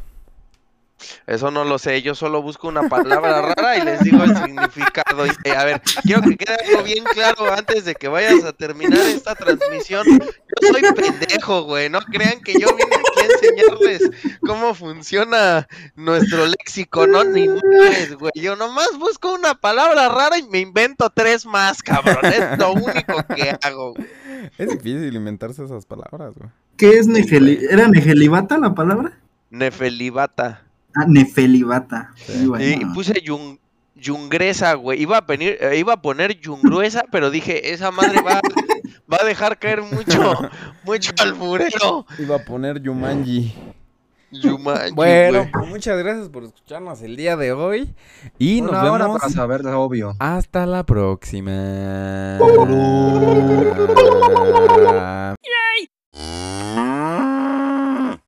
E: Eso no lo sé, yo solo busco una palabra rara y les digo el significado. Y, eh, a ver, quiero que quede algo bien claro antes de que vayas a terminar esta transmisión. Yo soy pendejo, güey, no crean que yo vine aquí a enseñarles cómo funciona nuestro léxico, no ni madres, güey. Yo nomás busco una palabra rara y me invento tres más, cabrón. Es lo único que hago. güey.
C: Es difícil inventarse esas palabras, güey.
B: ¿Qué es Nefeli? ¿Era Nefelibata la palabra?
E: Nefelibata.
B: Ah, Nefelibata. Sí, güey, Pues
E: Y pues
B: no.
E: puse yun- Yungresa, güey. Iba a, venir, eh, iba a poner Yungruesa, [LAUGHS] pero dije, esa madre va, va a dejar caer mucho, mucho alburero.
C: Iba a poner Yumanji.
E: Yumanji,
C: Bueno,
E: güey.
C: pues muchas gracias por escucharnos el día de hoy. Y nos
D: Una hora
C: vemos
D: para saber, obvio.
C: hasta la próxima.